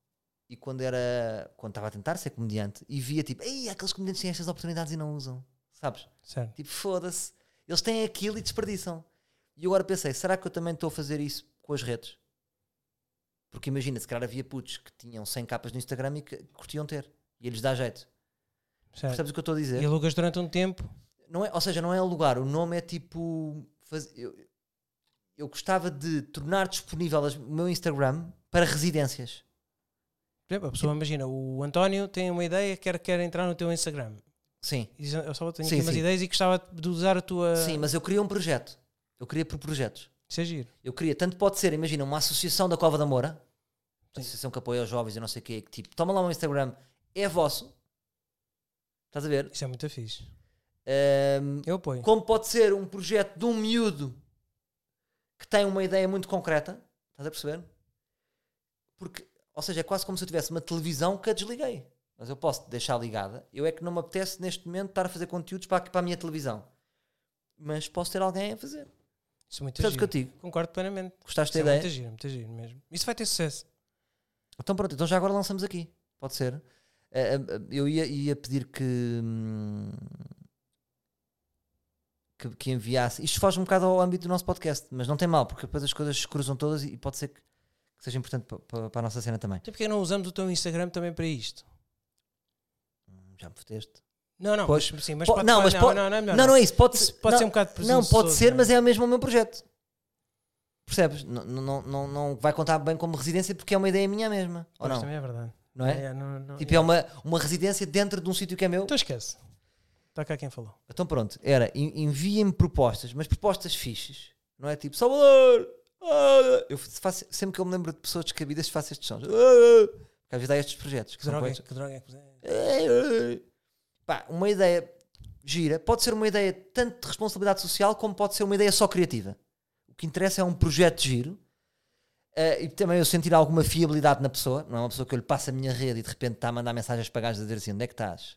S1: e quando era quando estava a tentar ser comediante e via tipo, ei, aqueles comediantes têm estas oportunidades e não usam, sabes?
S2: Certo.
S1: Tipo, foda-se, eles têm aquilo e desperdiçam. E eu agora pensei, será que eu também estou a fazer isso com as redes? Porque imagina, se calhar havia putos que tinham 100 capas no Instagram e que curtiam ter. E eles dá jeito.
S2: certo.
S1: Percebes o que eu estou a dizer?
S2: É. E alugas durante um tempo.
S1: não é, ou seja, não é alugar, o nome é tipo. faz- eu, eu gostava de tornar disponível as- o meu Instagram para residências.
S2: Por exemplo, a pessoa imagina, o António tem uma ideia, quer, quer entrar no teu Instagram.
S1: Sim.
S2: E diz, eu só tenho
S1: Sim,
S2: aqui umas
S1: sim.
S2: ideias e gostava de usar a tua.
S1: Sim, mas eu queria um projeto. Eu queria por projetos.
S2: Isso é giro.
S1: Eu queria, tanto pode ser, imagina, uma associação da Cova da Moura, associação que apoia os jovens e não sei o quê, que tipo, toma lá um Instagram, é vosso. Estás a ver?
S2: Isso é muito fixe.
S1: Ahm,
S2: Eu apoio.
S1: como pode ser um projeto de um miúdo que tem uma ideia muito concreta, estás a perceber? Porque, ou seja, é quase como se eu tivesse uma televisão que a desliguei, mas eu posso deixar ligada. Eu é que não me apetece neste momento estar a fazer conteúdos para, aqui- para a minha televisão, mas posso ter alguém a fazer.
S2: Isso é muito
S1: Percebes o
S2: giro.
S1: que eu te digo?
S2: Concordo plenamente.
S1: Gostaste
S2: Isso
S1: da
S2: é
S1: ideia?
S2: muito giro, muito giro mesmo. Isso vai ter sucesso.
S1: Então pronto, então já agora lançamos aqui. Pode ser. Eh, eh, Eu ia, ia pedir que, hum, que que enviasse. Isto faz um bocado ao âmbito do nosso podcast, mas não tem mal, porque depois as coisas se cruzam todas e pode ser que, que seja importante pa- pa- para, a nossa cena também.
S2: Até porque não usamos o teu Instagram também para isto.
S1: Já me fodeste.
S2: Não, não,
S1: Pois.
S2: mas, sim, mas
S1: Po-
S2: pode,
S1: não,
S2: não,
S1: mas
S2: não,
S1: po-
S2: não, não, é melhor
S1: Não, não, é isso. Pode,
S2: Isso
S1: se-
S2: pode
S1: não,
S2: ser um bocado
S1: Não, pode
S2: presunçoso,
S1: ser,
S2: não é?
S1: mas é mesmo o meu projeto. Percebes? Não, não, não, não vai contar bem como residência porque é uma ideia minha mesma. Ou
S2: Pois,
S1: não?
S2: também é verdade.
S1: Não é?
S2: É, não, não,
S1: Tipo, é uma, uma residência dentro de um sítio que é meu.
S2: Então esquece. Está cá quem falou.
S1: Então pronto, era en- enviem-me propostas, mas propostas fixes, não é tipo Salvador! ah", Eu faço, sempre que eu me lembro de pessoas descabidas, faço estes sons. "Ah", Porque às vezes há estes projetos que
S2: Que
S1: são
S2: droga, é-
S1: coisas.
S2: que droga é que é?
S1: Pá, uma ideia gira, pode ser uma ideia tanto de responsabilidade social como pode ser uma ideia só criativa. O que interessa é um projeto giro eh, e também eu sentir alguma fiabilidade na pessoa. Não é uma pessoa que eu lhe passo a minha rede e de repente está a mandar mensagens para gajos a dizer assim: onde é que estás?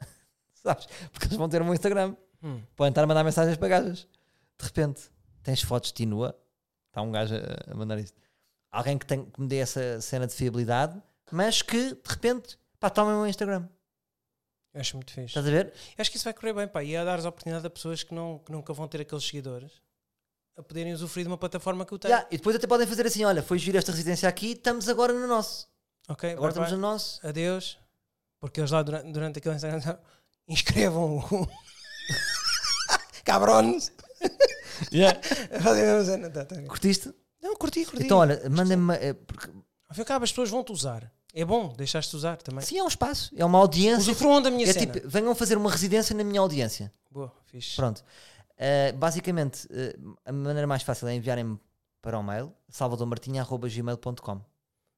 S1: Sabes? Porque eles vão ter o meu Instagram
S2: Hum.
S1: podem estar a mandar mensagens para gajas. De repente, tens fotos de ti nua, está um gajo a- a mandar isto. Alguém que, tem, que me dê essa cena de fiabilidade, mas que de repente, pá, toma o meu Instagram.
S2: Eu acho muito fixe.
S1: Estás a ver?
S2: Acho que isso vai correr bem, pá. E a dar oportunidade a pessoas que, não, que nunca vão ter aqueles seguidores a poderem usufruir de uma plataforma que eu tenho.
S1: Yeah, e depois até podem fazer assim: olha, foi giro esta residência aqui, estamos agora no nosso.
S2: Ok,
S1: Agora
S2: bye-bye.
S1: estamos no nosso.
S2: Adeus. Porque eles lá durante, durante aquele Instagram inscrevam o. Cabrones!
S1: Curtiste?
S2: tá, Não, curti, curti.
S1: Então, olha, mandem-me. uma- é, porque-
S2: Ao fim e ao cabo, as pessoas vão-te usar. É bom, deixaste-te usar também.
S1: Sim, é um espaço, é uma audiência.
S2: Usufruam da minha
S1: É
S2: cena.
S1: tipo, venham fazer uma residência na minha audiência.
S2: Boa, fixe.
S1: Pronto. Uh, basicamente, uh, a maneira mais fácil é enviarem-me para o mail salvadormartinha.gmail.com.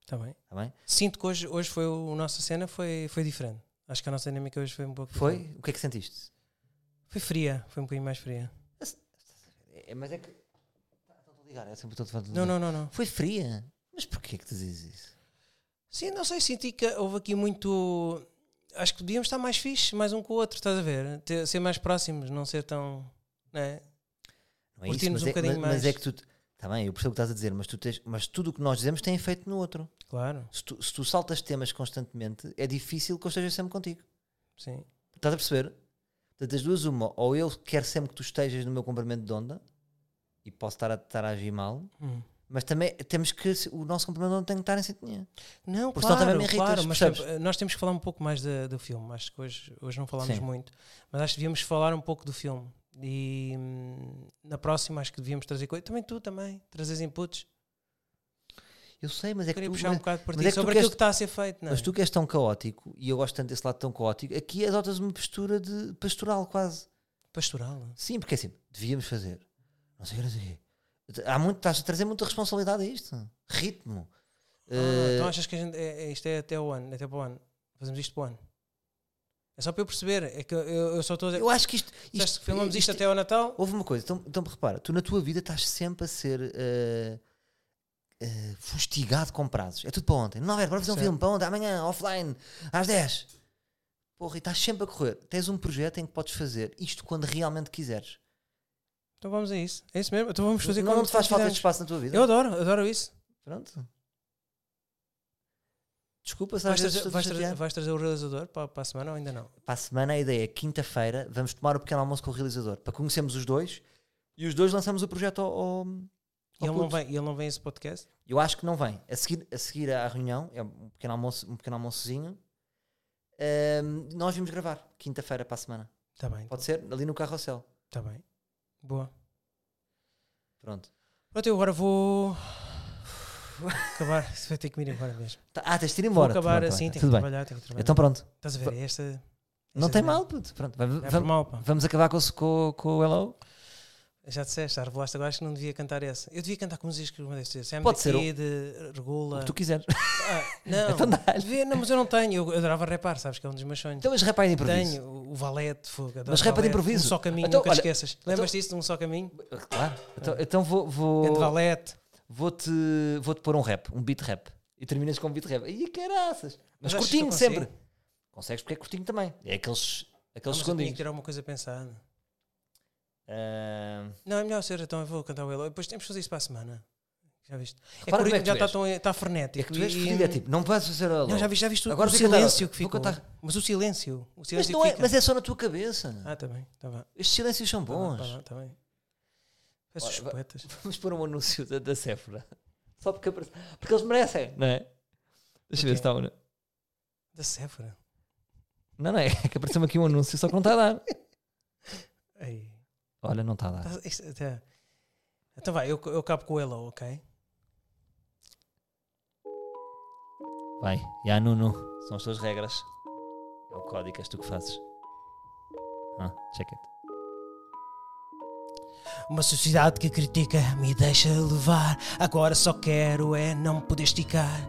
S2: Tá bem.
S1: Está bem?
S2: Sinto que hoje, hoje foi o, a nossa cena foi, foi diferente. Acho que a nossa dinâmica hoje foi um pouco. diferente.
S1: Foi? O que é que sentiste?
S2: Foi fria, foi um bocadinho mais fria.
S1: É, mas é que. ligar, é sempre o telefone do
S2: Não,
S1: Zé.
S2: não, não, não.
S1: Foi fria. Mas porquê que tu dizes isso?
S2: Sim, não sei, senti que houve aqui muito. Acho que podíamos estar mais fixe, mais um com o outro, estás a ver? Ter- ser mais próximos, não ser tão. Né?
S1: Não é isso,
S2: Curtimos
S1: mas,
S2: um
S1: é,
S2: bocadinho
S1: mas- mas
S2: mais.
S1: é que tu. Está bem, eu percebo o que estás a dizer, mas, tu tens, mas tudo o que nós dizemos tem efeito no outro.
S2: Claro,
S1: Se tu, se tu saltas temas constantemente, é difícil que eu esteja sempre contigo.
S2: sim.
S1: Estás a perceber? Portanto, das duas, uma, ou eu quero sempre que tu estejas no meu comprimento de onda e posso estar a, estar a agir mal,
S2: Hum.
S1: mas também temos que. O nosso comprimento de onda tem que estar em sintonia.
S2: Não,
S1: Porque senão
S2: claro,
S1: também me irritas,
S2: claro, mas
S1: percebes?
S2: eh, nós temos que falar um pouco mais da- do filme. Acho que hoje, hoje não falámos
S1: Sim.
S2: muito, mas acho que devíamos falar um pouco do filme. E hum, na próxima acho que devíamos trazer coisas. Também tu também, trazes inputs.
S1: Eu sei, mas é que
S2: Queria
S1: tu,
S2: puxar um
S1: mas,
S2: bocado por
S1: mas
S2: ti
S1: é que tu
S2: sobre
S1: queres-
S2: aquilo que está a ser feito. Não é?
S1: mas tu que és tão caótico e eu gosto tanto desse lado tão caótico, aqui adotas uma postura de pastoral quase.
S2: Pastoral.
S1: Sim, porque é assim, devíamos fazer. Não sei o que, não sei o quê. Há muito, estás a trazer muita responsabilidade a isto. Ritmo.
S2: Ah,
S1: Eh,
S2: então achas que a gente, é, é- isto é até o ano, é até para o ano. Fazemos isto para o ano. É só para eu perceber. É que eu, eu só estou a dizer.
S1: eu acho que isto. isto- é,
S2: Disseste que filmamos isto,
S1: isto-
S2: até ao Natal.
S1: Houve uma coisa, então, então repara, tu na tua vida estás sempre a ser eh, eh, fustigado com prazos. É tudo para ontem. Não, é, para fazer um
S2: Certo.
S1: filme, para ontem, amanhã, offline, às 10. Porra, e estás sempre a correr. Tens um projeto em que podes fazer isto quando realmente quiseres.
S2: Então vamos a isso. É isso mesmo. Então vamos fazer
S1: não,
S2: como
S1: não te faz
S2: se nós
S1: falta de
S2: fizermos.
S1: espaço na tua vida.
S2: Eu adoro, adoro isso.
S1: Pronto. Desculpa,
S2: Vais
S1: sabes?
S2: trazer, vais, trazer, vais trazer o realizador para, para a semana ou ainda não?
S1: Para a semana a ideia é quinta-feira vamos tomar o pequeno almoço com o realizador para conhecermos os dois e os dois lançamos o projeto ao, ao-
S2: E
S1: ao
S2: ele, não
S1: puto.
S2: vem, e ele não vem a esse podcast?
S1: Eu acho que não vem. A seguir, a seguir à reunião, é um pequeno, almoço, um pequeno almoçozinho, ehm, nós vimos gravar quinta-feira para a semana.
S2: Está Tá bem,
S1: Pode ser? Ali no carrossel.
S2: está bem. Boa.
S1: Pronto.
S2: Pronto, eu agora vou. acabar. Vai ter que me ir embora mesmo.
S1: Tá- Ah, tens de ir embora.
S2: vou acabar
S1: Pronto,
S2: assim,
S1: bem,
S2: tenho que
S1: Tudo bem.
S2: trabalhar, tenho que trabalhar.
S1: Então pronto.
S2: Estás a ver? é Esta,
S1: Não
S2: esta
S1: tem
S2: dinâmica.
S1: mal, puto. Pronto. vai-
S2: Não É
S1: vamos,
S2: formal, pá.
S1: vamos acabar com, o- com, o- com o Hello?
S2: Já disseste, já revelaste agora, acho que não devia cantar essa. Eu devia cantar com músicas que eu mandei dizer. Sam
S1: Pode ser o-
S2: Kid,
S1: O
S2: Regula.
S1: que tu quiseres.
S2: Ah, não,
S1: Então dá-lhe.
S2: devia, não, mas eu não tenho. Eu adorava repar, sabes que é um dos meus sonhos.
S1: Então, mas repara em improviso.
S2: tenho o, o Valete, fogo, adoro
S1: Mas rapa de
S2: valete.
S1: improviso.
S2: Um só caminho,
S1: Então,
S2: nunca
S1: olha,
S2: te esqueças. Lembras-te disso de um só caminho?
S1: Claro. Então, então vou, vou,
S2: Grande Valete.
S1: vou-te vou -te pôr um rap, um beat rap. E terminas com um beat rap. E caraças! Mas,
S2: Mas achas que eu
S1: curtinho
S2: consigo?
S1: sempre. Consegues porque é curtinho também. É aqueles,
S2: Não,
S1: aqueles
S2: mas eu tinha que
S1: segundinhos.
S2: ter alguma coisa pensada.
S1: Ah,
S2: Não, é melhor ser, então eu vou cantar o Elo. Depois temos que fazer isso para a semana. Já viste? É que
S1: Repara
S2: o
S1: como é
S2: ritmo
S1: que
S2: já
S1: tu
S2: está
S1: és.
S2: tão está
S1: é
S2: frenético.
S1: que tu és
S2: e-
S1: fodido, é tipo, não podes fazer alô.
S2: um Não, já viste, já viste o-
S1: Agora
S2: o
S1: vou cantar-
S2: silêncio que
S1: vou
S2: ficou.
S1: cantar.
S2: Mas o silêncio. O
S1: Mas,
S2: silêncio
S1: não
S2: que
S1: é,
S2: fica.
S1: mas é só na tua cabeça.
S2: Ah, também, está bem.
S1: Estes silêncios são bons.
S2: Tá bem, tá bem. Peço
S1: Olha, vai-
S2: poetas.
S1: Vamos pôr um anúncio da, da Sephora. Só porque aparece. Porque eles merecem, não é? Deixa eu ver
S2: Ok.
S1: se está. um-
S2: Da Sephora.
S1: Não, não é? É que apareceu-me aqui um anúncio, só que não está a dar.
S2: Ei.
S1: Olha, não está a dar.
S2: tá- isto- tá. Então vai, eu, eu cabo com o Hello, ok?
S1: Vai, já Nuno, são as tuas regras. É o código, és tu que fazes. Ah, check it.
S2: Uma sociedade que critica me deixa levar. Agora só quero é não me poder esticar.